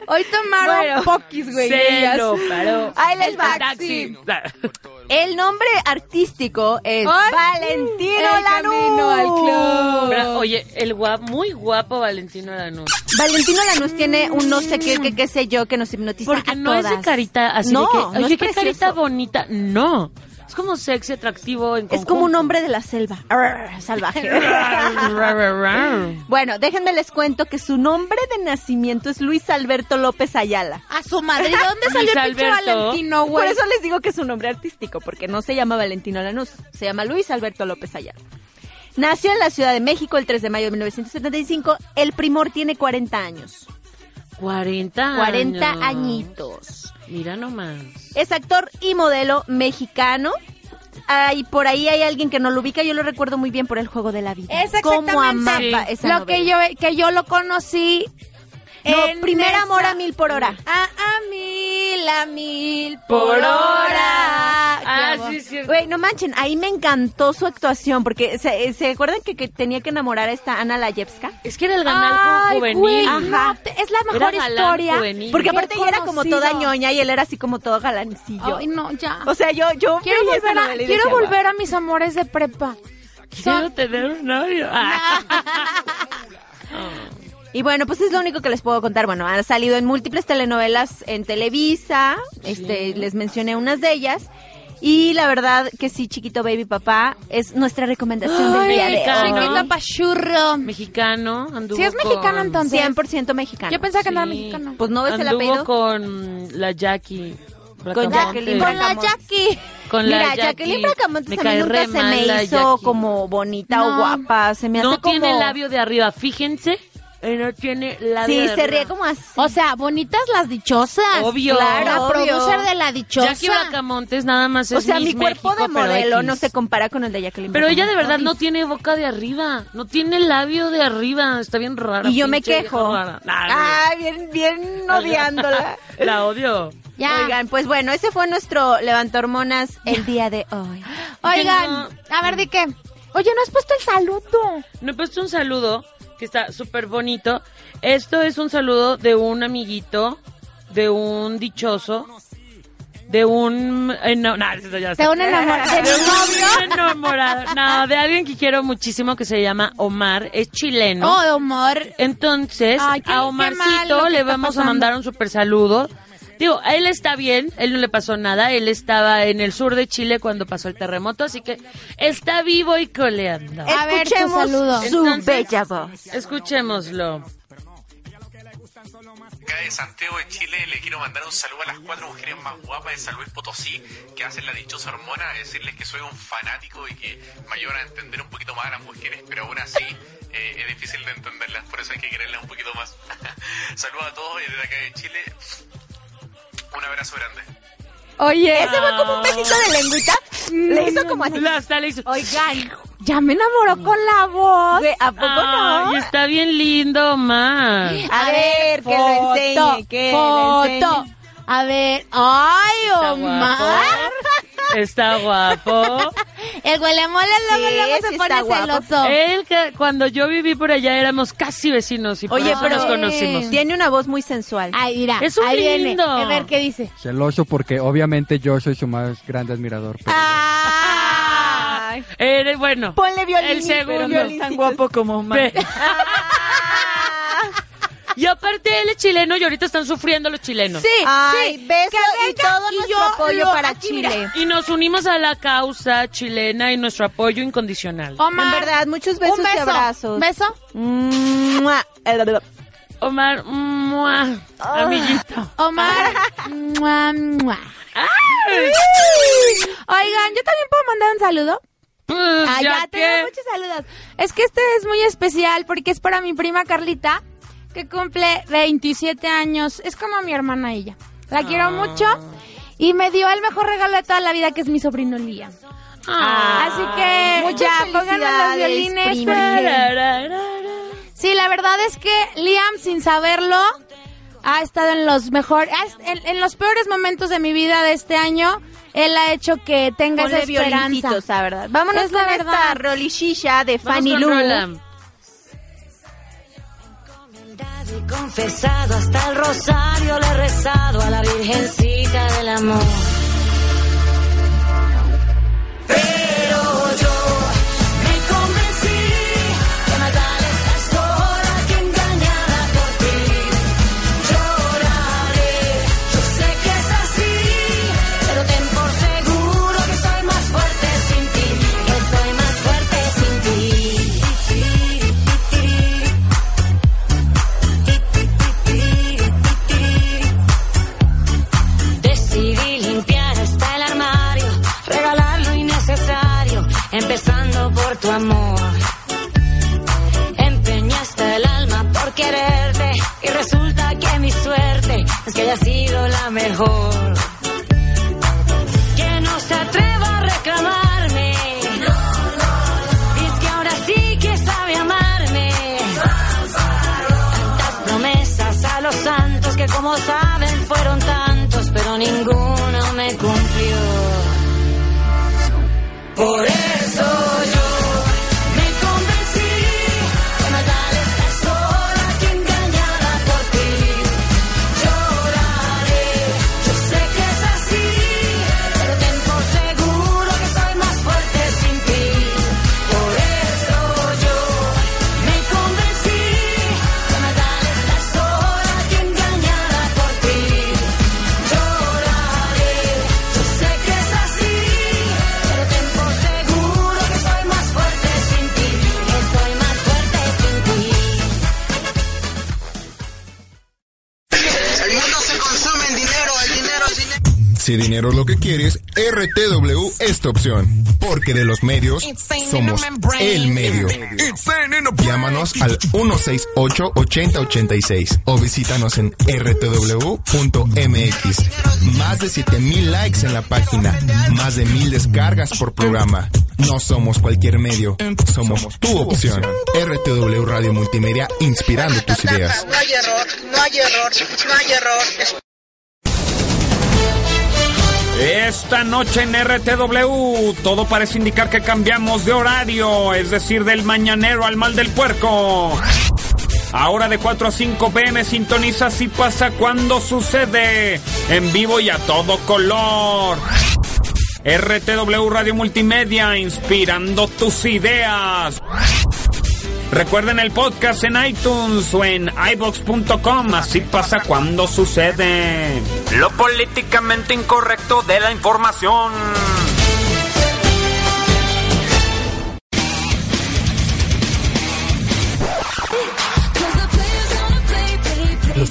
Hoy tomaron Bueno. poquis, güey. Se ellas. lo paró. Ahí les El va. taxi. El nombre artístico es Ay, Valentino el camino al Lanús. club. Bra- Oye, el guapo, muy guapo Valentino Lanús. Valentino Lanús tiene un no sé qué, que qué sé yo, que nos hipnotiza Porque a no es todas. de carita así No, de que, no oye, es qué precioso. carita bonita. No. Es como sexy, atractivo en Es como un conjunto. hombre de la selva. Arr, [LAUGHS] salvaje. Ra, ra, ra. [LAUGHS] bueno, déjenme les cuento que su nombre de nacimiento es Luis Alberto López Ayala. A su madre. ¿De dónde Luis salió el pinche Alberto. Valentino, Por güey? eso les digo que es un nombre artístico, porque no se llama Valentino Lanús, se llama Luis Alberto López Ayala. Nació en la Ciudad de México el 3 de mayo de 1975. El primor tiene 40 años. Ah, 40 40 años. añitos. Mira nomás. Es actor y modelo mexicano. ah, y por ahí hay alguien que no lo ubica, yo lo recuerdo muy bien por el juego de la vida. Es Cómo amaba exactamente esa lo que yo, novela. que yo lo conocí. No, en primer esa- amor a mil por hora. A, a mil, a mil por hora. Ah, Qué sí, amor. cierto. Güey, no manchen, ahí me encantó su actuación, porque ¿se, se acuerdan que, que tenía que enamorar a esta Ana Layevska? Es que era el ganal Ay, juvenil. güey, Ajá. no, te- es la Era mejor galán historia. juvenil. Porque Qué aparte ella era como conocido. toda ñoña y él era así como todo galancillo. Ay, no, ya. O sea, yo, yo quiero veía esa volver, a, novela y quiero decía, "Guau". volver a mis amores de prepa. Quiero tener [LAUGHS] un novio. Ah. Y bueno, pues es lo único que les puedo contar. Bueno, ha salido en múltiples telenovelas en Televisa, este, les mencioné unas de ellas. Y la verdad que sí, Chiquito Baby Papá es nuestra recomendación del Ay, día de mexicano. hoy. Chiquito [LAUGHS] Pachurro. Mexicano, anduvo Sí, es mexicano, con- entonces. 100% mexicano. Yo pensaba que no era mexicano. Pues no es el Anduvo apellido. con la Jackie. Con Jacqueline Bracamonte. Bracamonte. Con la Mira, Jackie. Jacqueline Bracamonte Me también cae nunca re se mal me la hizo Jackie. como bonita No. o guapa. Se me hace No como... tiene labio de arriba, fíjense. eh, No tiene labio Sí, de se arriba. ríe como así. O sea, bonitas las dichosas. Obvio. Claro, la Obvio. producer de la dichosa. Jackie Bracamontes nada más es O sea, Miss mi cuerpo México, de pero modelo X. no se compara con el de Jacqueline Pero ella de Bracamonte. verdad no tiene boca de arriba, no tiene labio de arriba, está bien rara. Y yo me pinche quejo. vieja rara. Nah, Ah, bien, bien odiándola. güey. [LAUGHS] La odio. Oigan, pues bueno, ese fue nuestro Levanta Hormonas el día de hoy. Oigan, a ver, ¿de qué? Oye, no has puesto el saludo. No he puesto un saludo que está súper bonito. Esto es un saludo de un amiguito, de un dichoso, de un... eh, no, nah, eso ya lo sé. De un [LAUGHS] enamorado. De ¿De mi un novio? enamorado. No, de alguien que quiero muchísimo que se llama Omar. Es chileno. Oh, Omar. Entonces, Ay, qué- a qué mal lo Omarcito que le está vamos a pasando. mandar un super saludo. Digo, a él está bien, él no le pasó nada, él estaba en el sur de Chile cuando pasó el terremoto, así que está vivo y coleando. A ver, tu Escuchemos saludo. su Entonces, bella voz. Escuchémoslo. Acá de Santiago de Chile le quiero mandar un saludo a las cuatro mujeres más guapas de San Luis Potosí que hacen la dichosa hormona, decirles que soy un fanático y que me ayudan a entender un poquito más a las mujeres, pero aún así eh, es difícil de entenderlas, por eso hay que quererlas un poquito más. [LAUGHS] Saludos a todos y desde acá de Chile. Un abrazo grande. Oye. Ese fue como un besito de lengüita. Le hizo como así. Hasta le hizo. Oigan, Ya me enamoró con la voz. ¿a poco no? Ay, está bien lindo, Omar. A ver, que lo enseñe, que lo foto. enseñe. A ver, ay, Omar. Está guapo. El huelemola luego, Sí, luego sí se pone está guapo. Eh, celoso. Él, que- cuando yo viví por allá, éramos casi vecinos y por Oye, eso pero nos conocimos. Tiene una voz muy sensual. Ahí, mira. Es un ahí viene. lindo. A ver qué dice. Celoso porque obviamente yo soy su más grande admirador. pero- Eres bueno. Ponle violín. El pero segundo. no es tan guapo como [LAUGHS] Ve. Y aparte él es chileno y ahorita están sufriendo los chilenos. Sí, Ay, sí. besos Que y venga todo nuestro apoyo lo- para aquí, mira. Chile. Y nos unimos a la causa chilena y nuestro apoyo incondicional. Omar, En verdad, muchos besos un beso. y abrazos. ¿Beso? Mua. Oh. Omar, mua, amiguito. Omar. [LAUGHS] Mua, mua. Oigan, yo también puedo mandar un saludo. Pues, Ah, ya ya tengo que- muchos saludos. Es que este es muy especial porque es para mi prima Carlita, que cumple 27 años. Es como mi hermana ella. La Ah. quiero mucho. Y me dio el mejor regalo de toda la vida, que es mi sobrino Liam. Ah. Así que Muchas ya, pónganme los felicidades, violines. prima. Sí, la verdad es que Liam, sin saberlo, ha estado en los mejor, ha est- en, en los peores momentos de mi vida de este año. Él ha hecho que tenga Ponle esa esperanza. violincitos, ah. la verdad. Vámonos Es la con esta verdad. rolichilla de Vamos Fanny con Lu. Rola. confesado, hasta el rosario le he rezado a la Virgencita del Amor. Pero yo me convencí que más vale estar sola que engañada por ti. Lloraré, yo sé que es así, pero ten por seguro que soy más fuerte sin ti, que soy más fuerte sin ti. Decidí limpiar hasta el armario, regalar lo innecesario, empezando por tu amor. Empeñé hasta el alma por quererte y resulta que mi suerte es que haya sido la mejor. Que no se atreva a reclamar Como saben, fueron tantos, pero ninguno me cumplió. Por eso yo me convencí que más vale estar sola que engañada por ti. Lloraré, yo sé que es así, pero ten por seguro que soy más fuerte sin ti. Por eso yo me convencí que más vale estar sola que engañada por ti. Lloraré, yo sé que es así. Pero ten por seguro que soy más fuerte sin ti, que soy más fuerte sin ti. El mundo se consume en dinero, el dinero es dinero. Si dinero es lo que quieres, RTW es tu opción. Porque de los medios, somos el medio. Llámanos al 168-8086 o visítanos en rtw.mx. Más de 7000 likes en la página, más de 1000 descargas por programa. No somos cualquier medio, somos tu opción. RTW Radio Multimedia, inspirando tus ideas. No hay error, no hay error, no hay error. Esta noche en RTW todo parece indicar que cambiamos de horario, es decir, del mañanero al mal del puerco. Ahora de 4 a 5 pm sintoniza si pasa cuando sucede, en vivo y a todo color. RTW Radio Multimedia, inspirando tus ideas. Recuerden el podcast en iTunes o en iBox.com. Así pasa cuando sucede. Lo políticamente incorrecto de la información. Los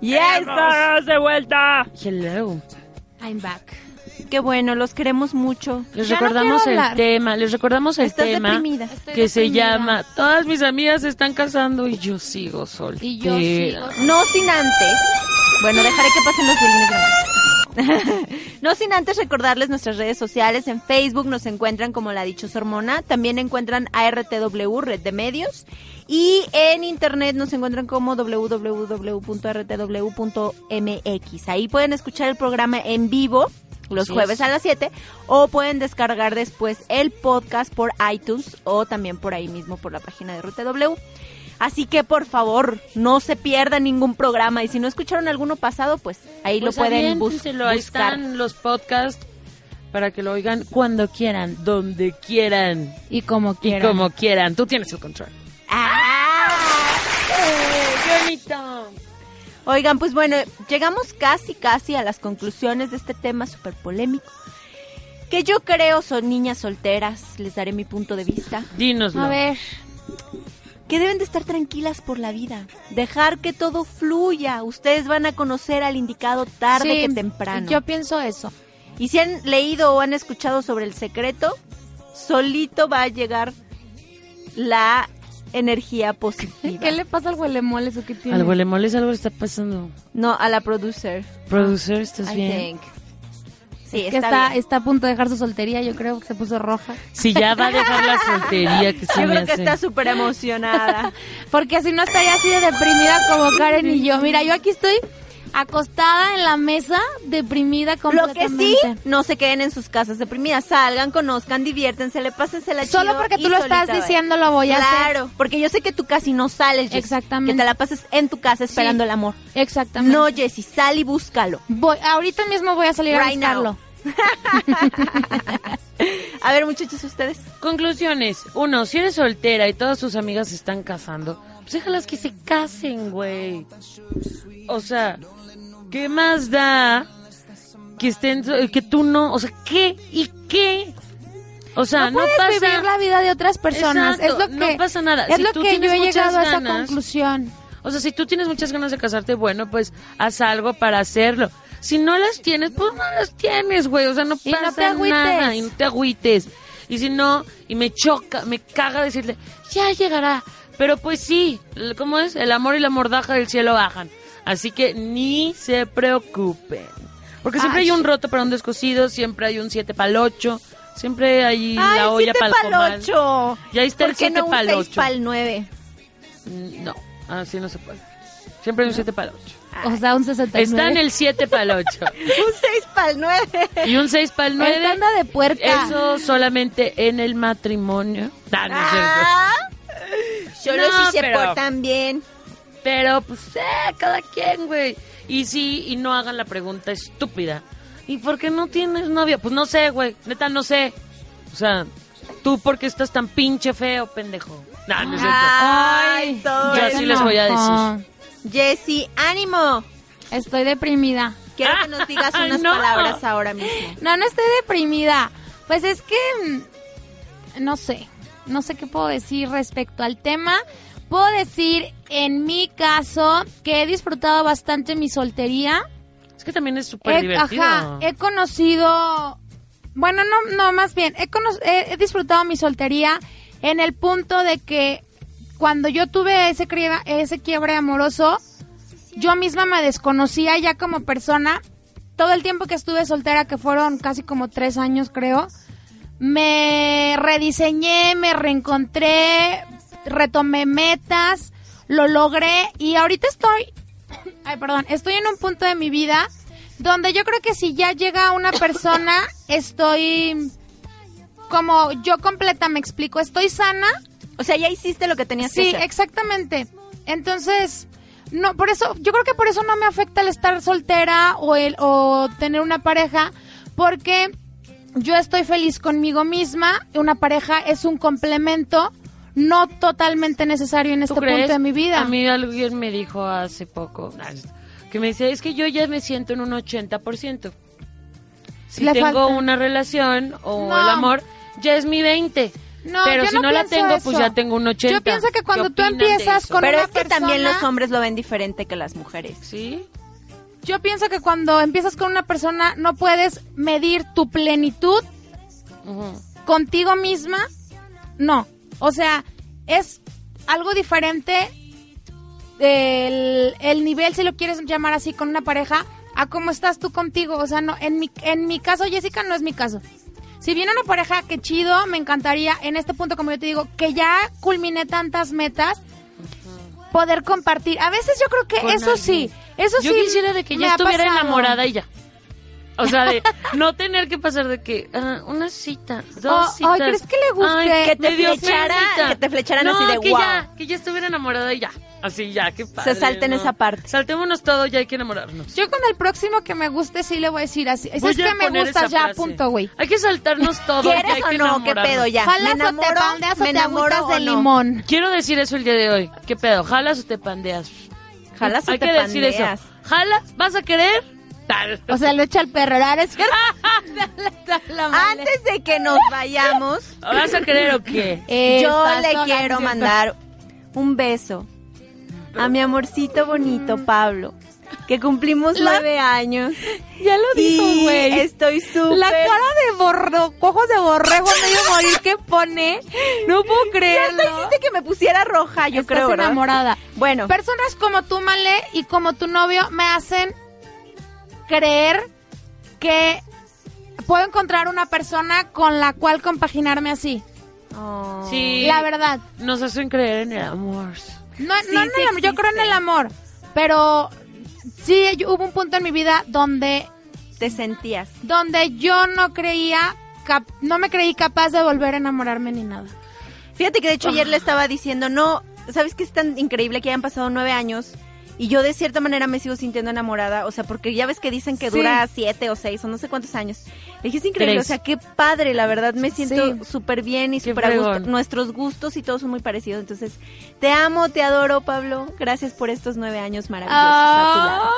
¡Ya estamos de vuelta! Hello. I'm back. Qué bueno, los queremos mucho. Les recordamos el tema, les recordamos el Estás tema deprimida. Estoy que se deprimida. llama Todas mis amigas se están casando y yo sigo soltera. Y yo sigo. No sin antes. Bueno, dejaré que pasen los violines. nomás. [LAUGHS] no sin antes recordarles nuestras redes sociales. En Facebook nos encuentran como La Dichosa Hormona. También encuentran a RTW, Red de Medios. Y en internet nos encuentran como www.rtw.mx. Ahí pueden escuchar el programa en vivo los Así es. jueves a las 7 o pueden descargar después el podcast por iTunes o también por ahí mismo por la página de RTW. Así que por favor, no se pierdan ningún programa y si no escucharon alguno pasado, pues ahí Pues lo pueden bus- aviéntenselo, Ahí buscar. están los podcasts para que lo oigan cuando quieran, donde quieran. Y como quieran. Y como quieran. Tú tienes el control. ¡Ah! ¡Eh, Oigan, pues bueno, llegamos casi casi a las conclusiones de este tema súper polémico. Que yo creo son niñas solteras, les daré mi punto de vista. Dínoslo. A ver. Que deben de estar tranquilas por la vida. Dejar que todo fluya. Ustedes van a conocer al indicado tarde Sí, que temprano. yo pienso eso. Y si han leído o han escuchado sobre el secreto, solito va a llegar la energía positiva. [LAUGHS] ¿Qué le pasa al huelemoles o qué tiene? Al huelemoles algo está pasando. No, a la producer. Producer, ¿estás I bien? think. Sí, Pues Es que está está, bien. está a punto de dejar su soltería, yo creo que se puso roja. Si ya va a dejar la soltería que [LAUGHS] se Yo me creo que hace. está súper [LAUGHS] emocionada. Porque si no estaría así de deprimida como Karen y yo. Mira, yo aquí estoy acostada en la mesa, deprimida Lo que completamente. sí, no se queden en sus casas deprimidas. Salgan, conozcan, diviértense, le pásense la Solo porque tú lo estás diciendo, lo voy a hacer. Claro, porque yo sé que tú casi no sales, Jessy. Exactamente. Que te la pases en tu casa esperando Sí. el amor. Exactamente. No, Jessy, sal y búscalo. Voy, ahorita mismo voy a salir Right a now. buscarlo. A ver, muchachos, ustedes. Conclusiones. Uno, si eres soltera y todas tus amigas se están casando, pues déjalas que se casen, güey. O sea, ¿qué más da que estén, que tú no? O sea, ¿qué y qué? O sea, no no, puedes pasa... vivir la vida de otras personas. Exacto, es lo no que, pasa nada. Es Si lo tú que yo tienes he muchas llegado a esa ganas- conclusión. O sea, si tú tienes muchas ganas de casarte, bueno, pues haz algo para hacerlo. Si no las tienes, pues no las tienes, güey. O sea, no Y no pasa te agüites. nada y no te agüites. Y si no, y me choca, me caga decirle, ya llegará. Pero pues sí, l- ¿cómo es? El amor y la mordaja del cielo bajan. Así que ni se preocupen. Porque siempre Ay. hay un roto para un descosido, siempre hay un siete para el ocho, siempre hay Ay, la olla siete para el pa'l comal. ocho. Ya está el ¿Por qué siete no un pa'l seis ocho. pa'l nueve? [LAUGHS] Mm, No, así no se puede. Siempre hay un 7 para el 8. O sea, un 69. Está en el 7 para el 8. Un 6 para el 9. Y un 6 para el 9. Esta anda de puerca. Eso solamente en el matrimonio. Ah, no es Solo No, si se pero- portan bien. cierto. Pero pues, eh, cada quien, güey. Y sí, y no hagan la pregunta estúpida. ¿Y por qué no tienes novia? Pues no sé, güey. Neta, no sé. O sea, ¿tú por qué estás tan pinche feo, pendejo? No, no es cierto. Ay, todo Yo así les voy a decir. Jessy, ánimo. Estoy deprimida. Quiero que Ah, nos digas unas No. palabras ahora mismo. No, no estoy deprimida. Pues es que mm, no sé, no sé qué puedo decir respecto al tema. Puedo decir en mi caso que he disfrutado bastante mi soltería. Es que también es súper He, divertido. ajá, he conocido, bueno, no, no, más bien, he, cono- he- he disfrutado mi soltería en el punto de que cuando yo tuve ese, crieba- ese quiebre amoroso, yo misma me desconocía ya como persona. Todo el tiempo que estuve soltera, que fueron casi como tres años creo, me rediseñé, me reencontré, retomé metas, lo logré y ahorita estoy, ay perdón, estoy en un punto de mi vida donde yo creo que si ya llega una [COUGHS] persona, estoy como yo completa, me explico, estoy sana. O sea, ya hiciste lo que tenías que sí, hacer. exactamente. Entonces, no, por eso, yo creo que por eso no me afecta el estar soltera o el o tener una pareja, porque yo estoy feliz conmigo misma. Una pareja es un complemento, no totalmente necesario en este ¿Tú crees? punto de mi vida. A mí alguien me dijo hace poco que me decía, es que yo ya me siento en un 80%. Si Le tengo falta. una relación o No. el amor, ya es mi 20. No, Pero yo si no, la pienso tengo, pues eso. ya tengo un 80. Yo pienso que ¿Qué cuando tú opinan de empiezas eso? con Pero una es que también persona- los hombres lo ven diferente que las mujeres. Sí. Yo pienso que cuando empiezas con una persona no puedes medir tu plenitud contigo misma. No. O sea, es algo diferente el, el nivel, si lo quieres llamar así, con una pareja, a cómo estás tú contigo. O sea, no, en mi, en mi caso, Jessica, no es mi caso. Si viene una pareja, qué chido, me encantaría en este punto, como yo te digo, que ya culminé tantas metas, poder compartir. A veces yo creo que Con eso sí, eso Yo sí. quisiera de que me ya ha estuviera pasado. enamorada y ya. O sea, de no tener que pasar de que ah, una cita, dos Oh, citas. ay, ¿crees que le guste? Que te me dio flecharan, penita. que te flecharan No, así de que guau. ya, que ya estuviera enamorada y ya. Así ya, qué padre. salten ¿no? esa parte. Saltémonos todo, ya hay que enamorarnos. Yo con el próximo que me guste sí le voy a decir así. Voy es a que me poner gusta esa ya, frase. punto, güey. Hay que saltarnos todo. ya ¿Quieres hay o que no? ¿Qué enamorarnos. pedo ya? Jalas o te enamoro? bandeas o ¿Me te enamoro agüitas de o no? limón? Quiero decir eso el día de hoy. ¿Qué pedo? ¿Jalas o te pandeas? Jalas o Hay te que decir eso. pandeas. ¿Jalas? ¿Vas a querer? Tal. O sea, lo echa al perro. ¿verdad? [LAUGHS] Es que- Antes de que nos vayamos, ¿Vas a querer [LAUGHS] o qué? yo Estás le quiero sola, ¿no es cierto? mandar un beso a mi amorcito bonito Pablo, que cumplimos La- nueve años. Ya lo dijo, Y güey. Estoy súper. La cara de borro, ojos de borrego medio morir que pone. No puedo creerlo. Ya hasta hiciste que me pusiera roja, yo Estás creo, ¿verdad? enamorada. Bueno, Personas como tú, Male, y como tu novio me hacen creer que puedo encontrar una persona con la cual compaginarme así. Sí. La verdad. Nos hacen creer en el amor. No, Sí, no en sí el amor, yo creo en el amor, pero sí yo- hubo un punto en mi vida donde te sentías. donde yo no creía, cap- no me creí capaz de volver a enamorarme ni nada. Fíjate que de hecho Ah. ayer le estaba diciendo, no, ¿sabes que es tan increíble que hayan pasado nueve años? Y yo de cierta manera me sigo sintiendo enamorada, o sea, porque ya ves que dicen que Sí. dura siete o seis o no sé cuántos años. Le dije, es increíble, Tres. o sea, qué padre, la verdad, me Sí. siento súper bien y súper a gusto. fregón. Nuestros gustos y todos son muy parecidos, entonces, te amo, te adoro, Pablo, gracias por estos nueve años maravillosos Ah. a tu lado.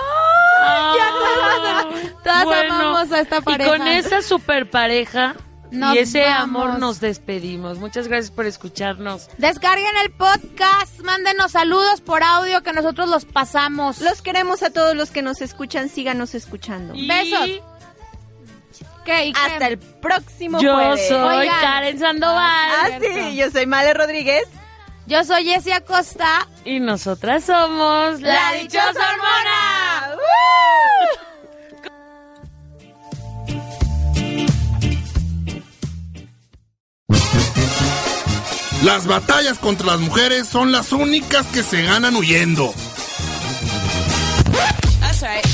todas Bueno, Ah, amamos a esta pareja. Y con esa super pareja Nos y ese amor vamos. nos despedimos. Muchas gracias por escucharnos. Descarguen el podcast, mándenos saludos por audio que nosotros los pasamos. Los queremos a todos los que nos escuchan, síganos escuchando. Besos. Hasta el próximo Yo jueves. soy Oigan. Karen Sandoval. Ah, Cierto. sí, yo soy Male Rodríguez. Yo soy Jessie Acosta. Y nosotras somos La dichosa hormona. Las batallas contra las mujeres son las únicas que se ganan huyendo. That's right.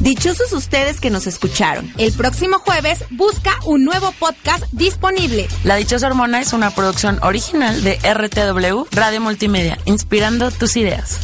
Dichosos ustedes que nos escucharon. El próximo jueves busca un nuevo podcast disponible. La Dichosa Hormona es una producción original de RTW Radio Multimedia, inspirando tus ideas.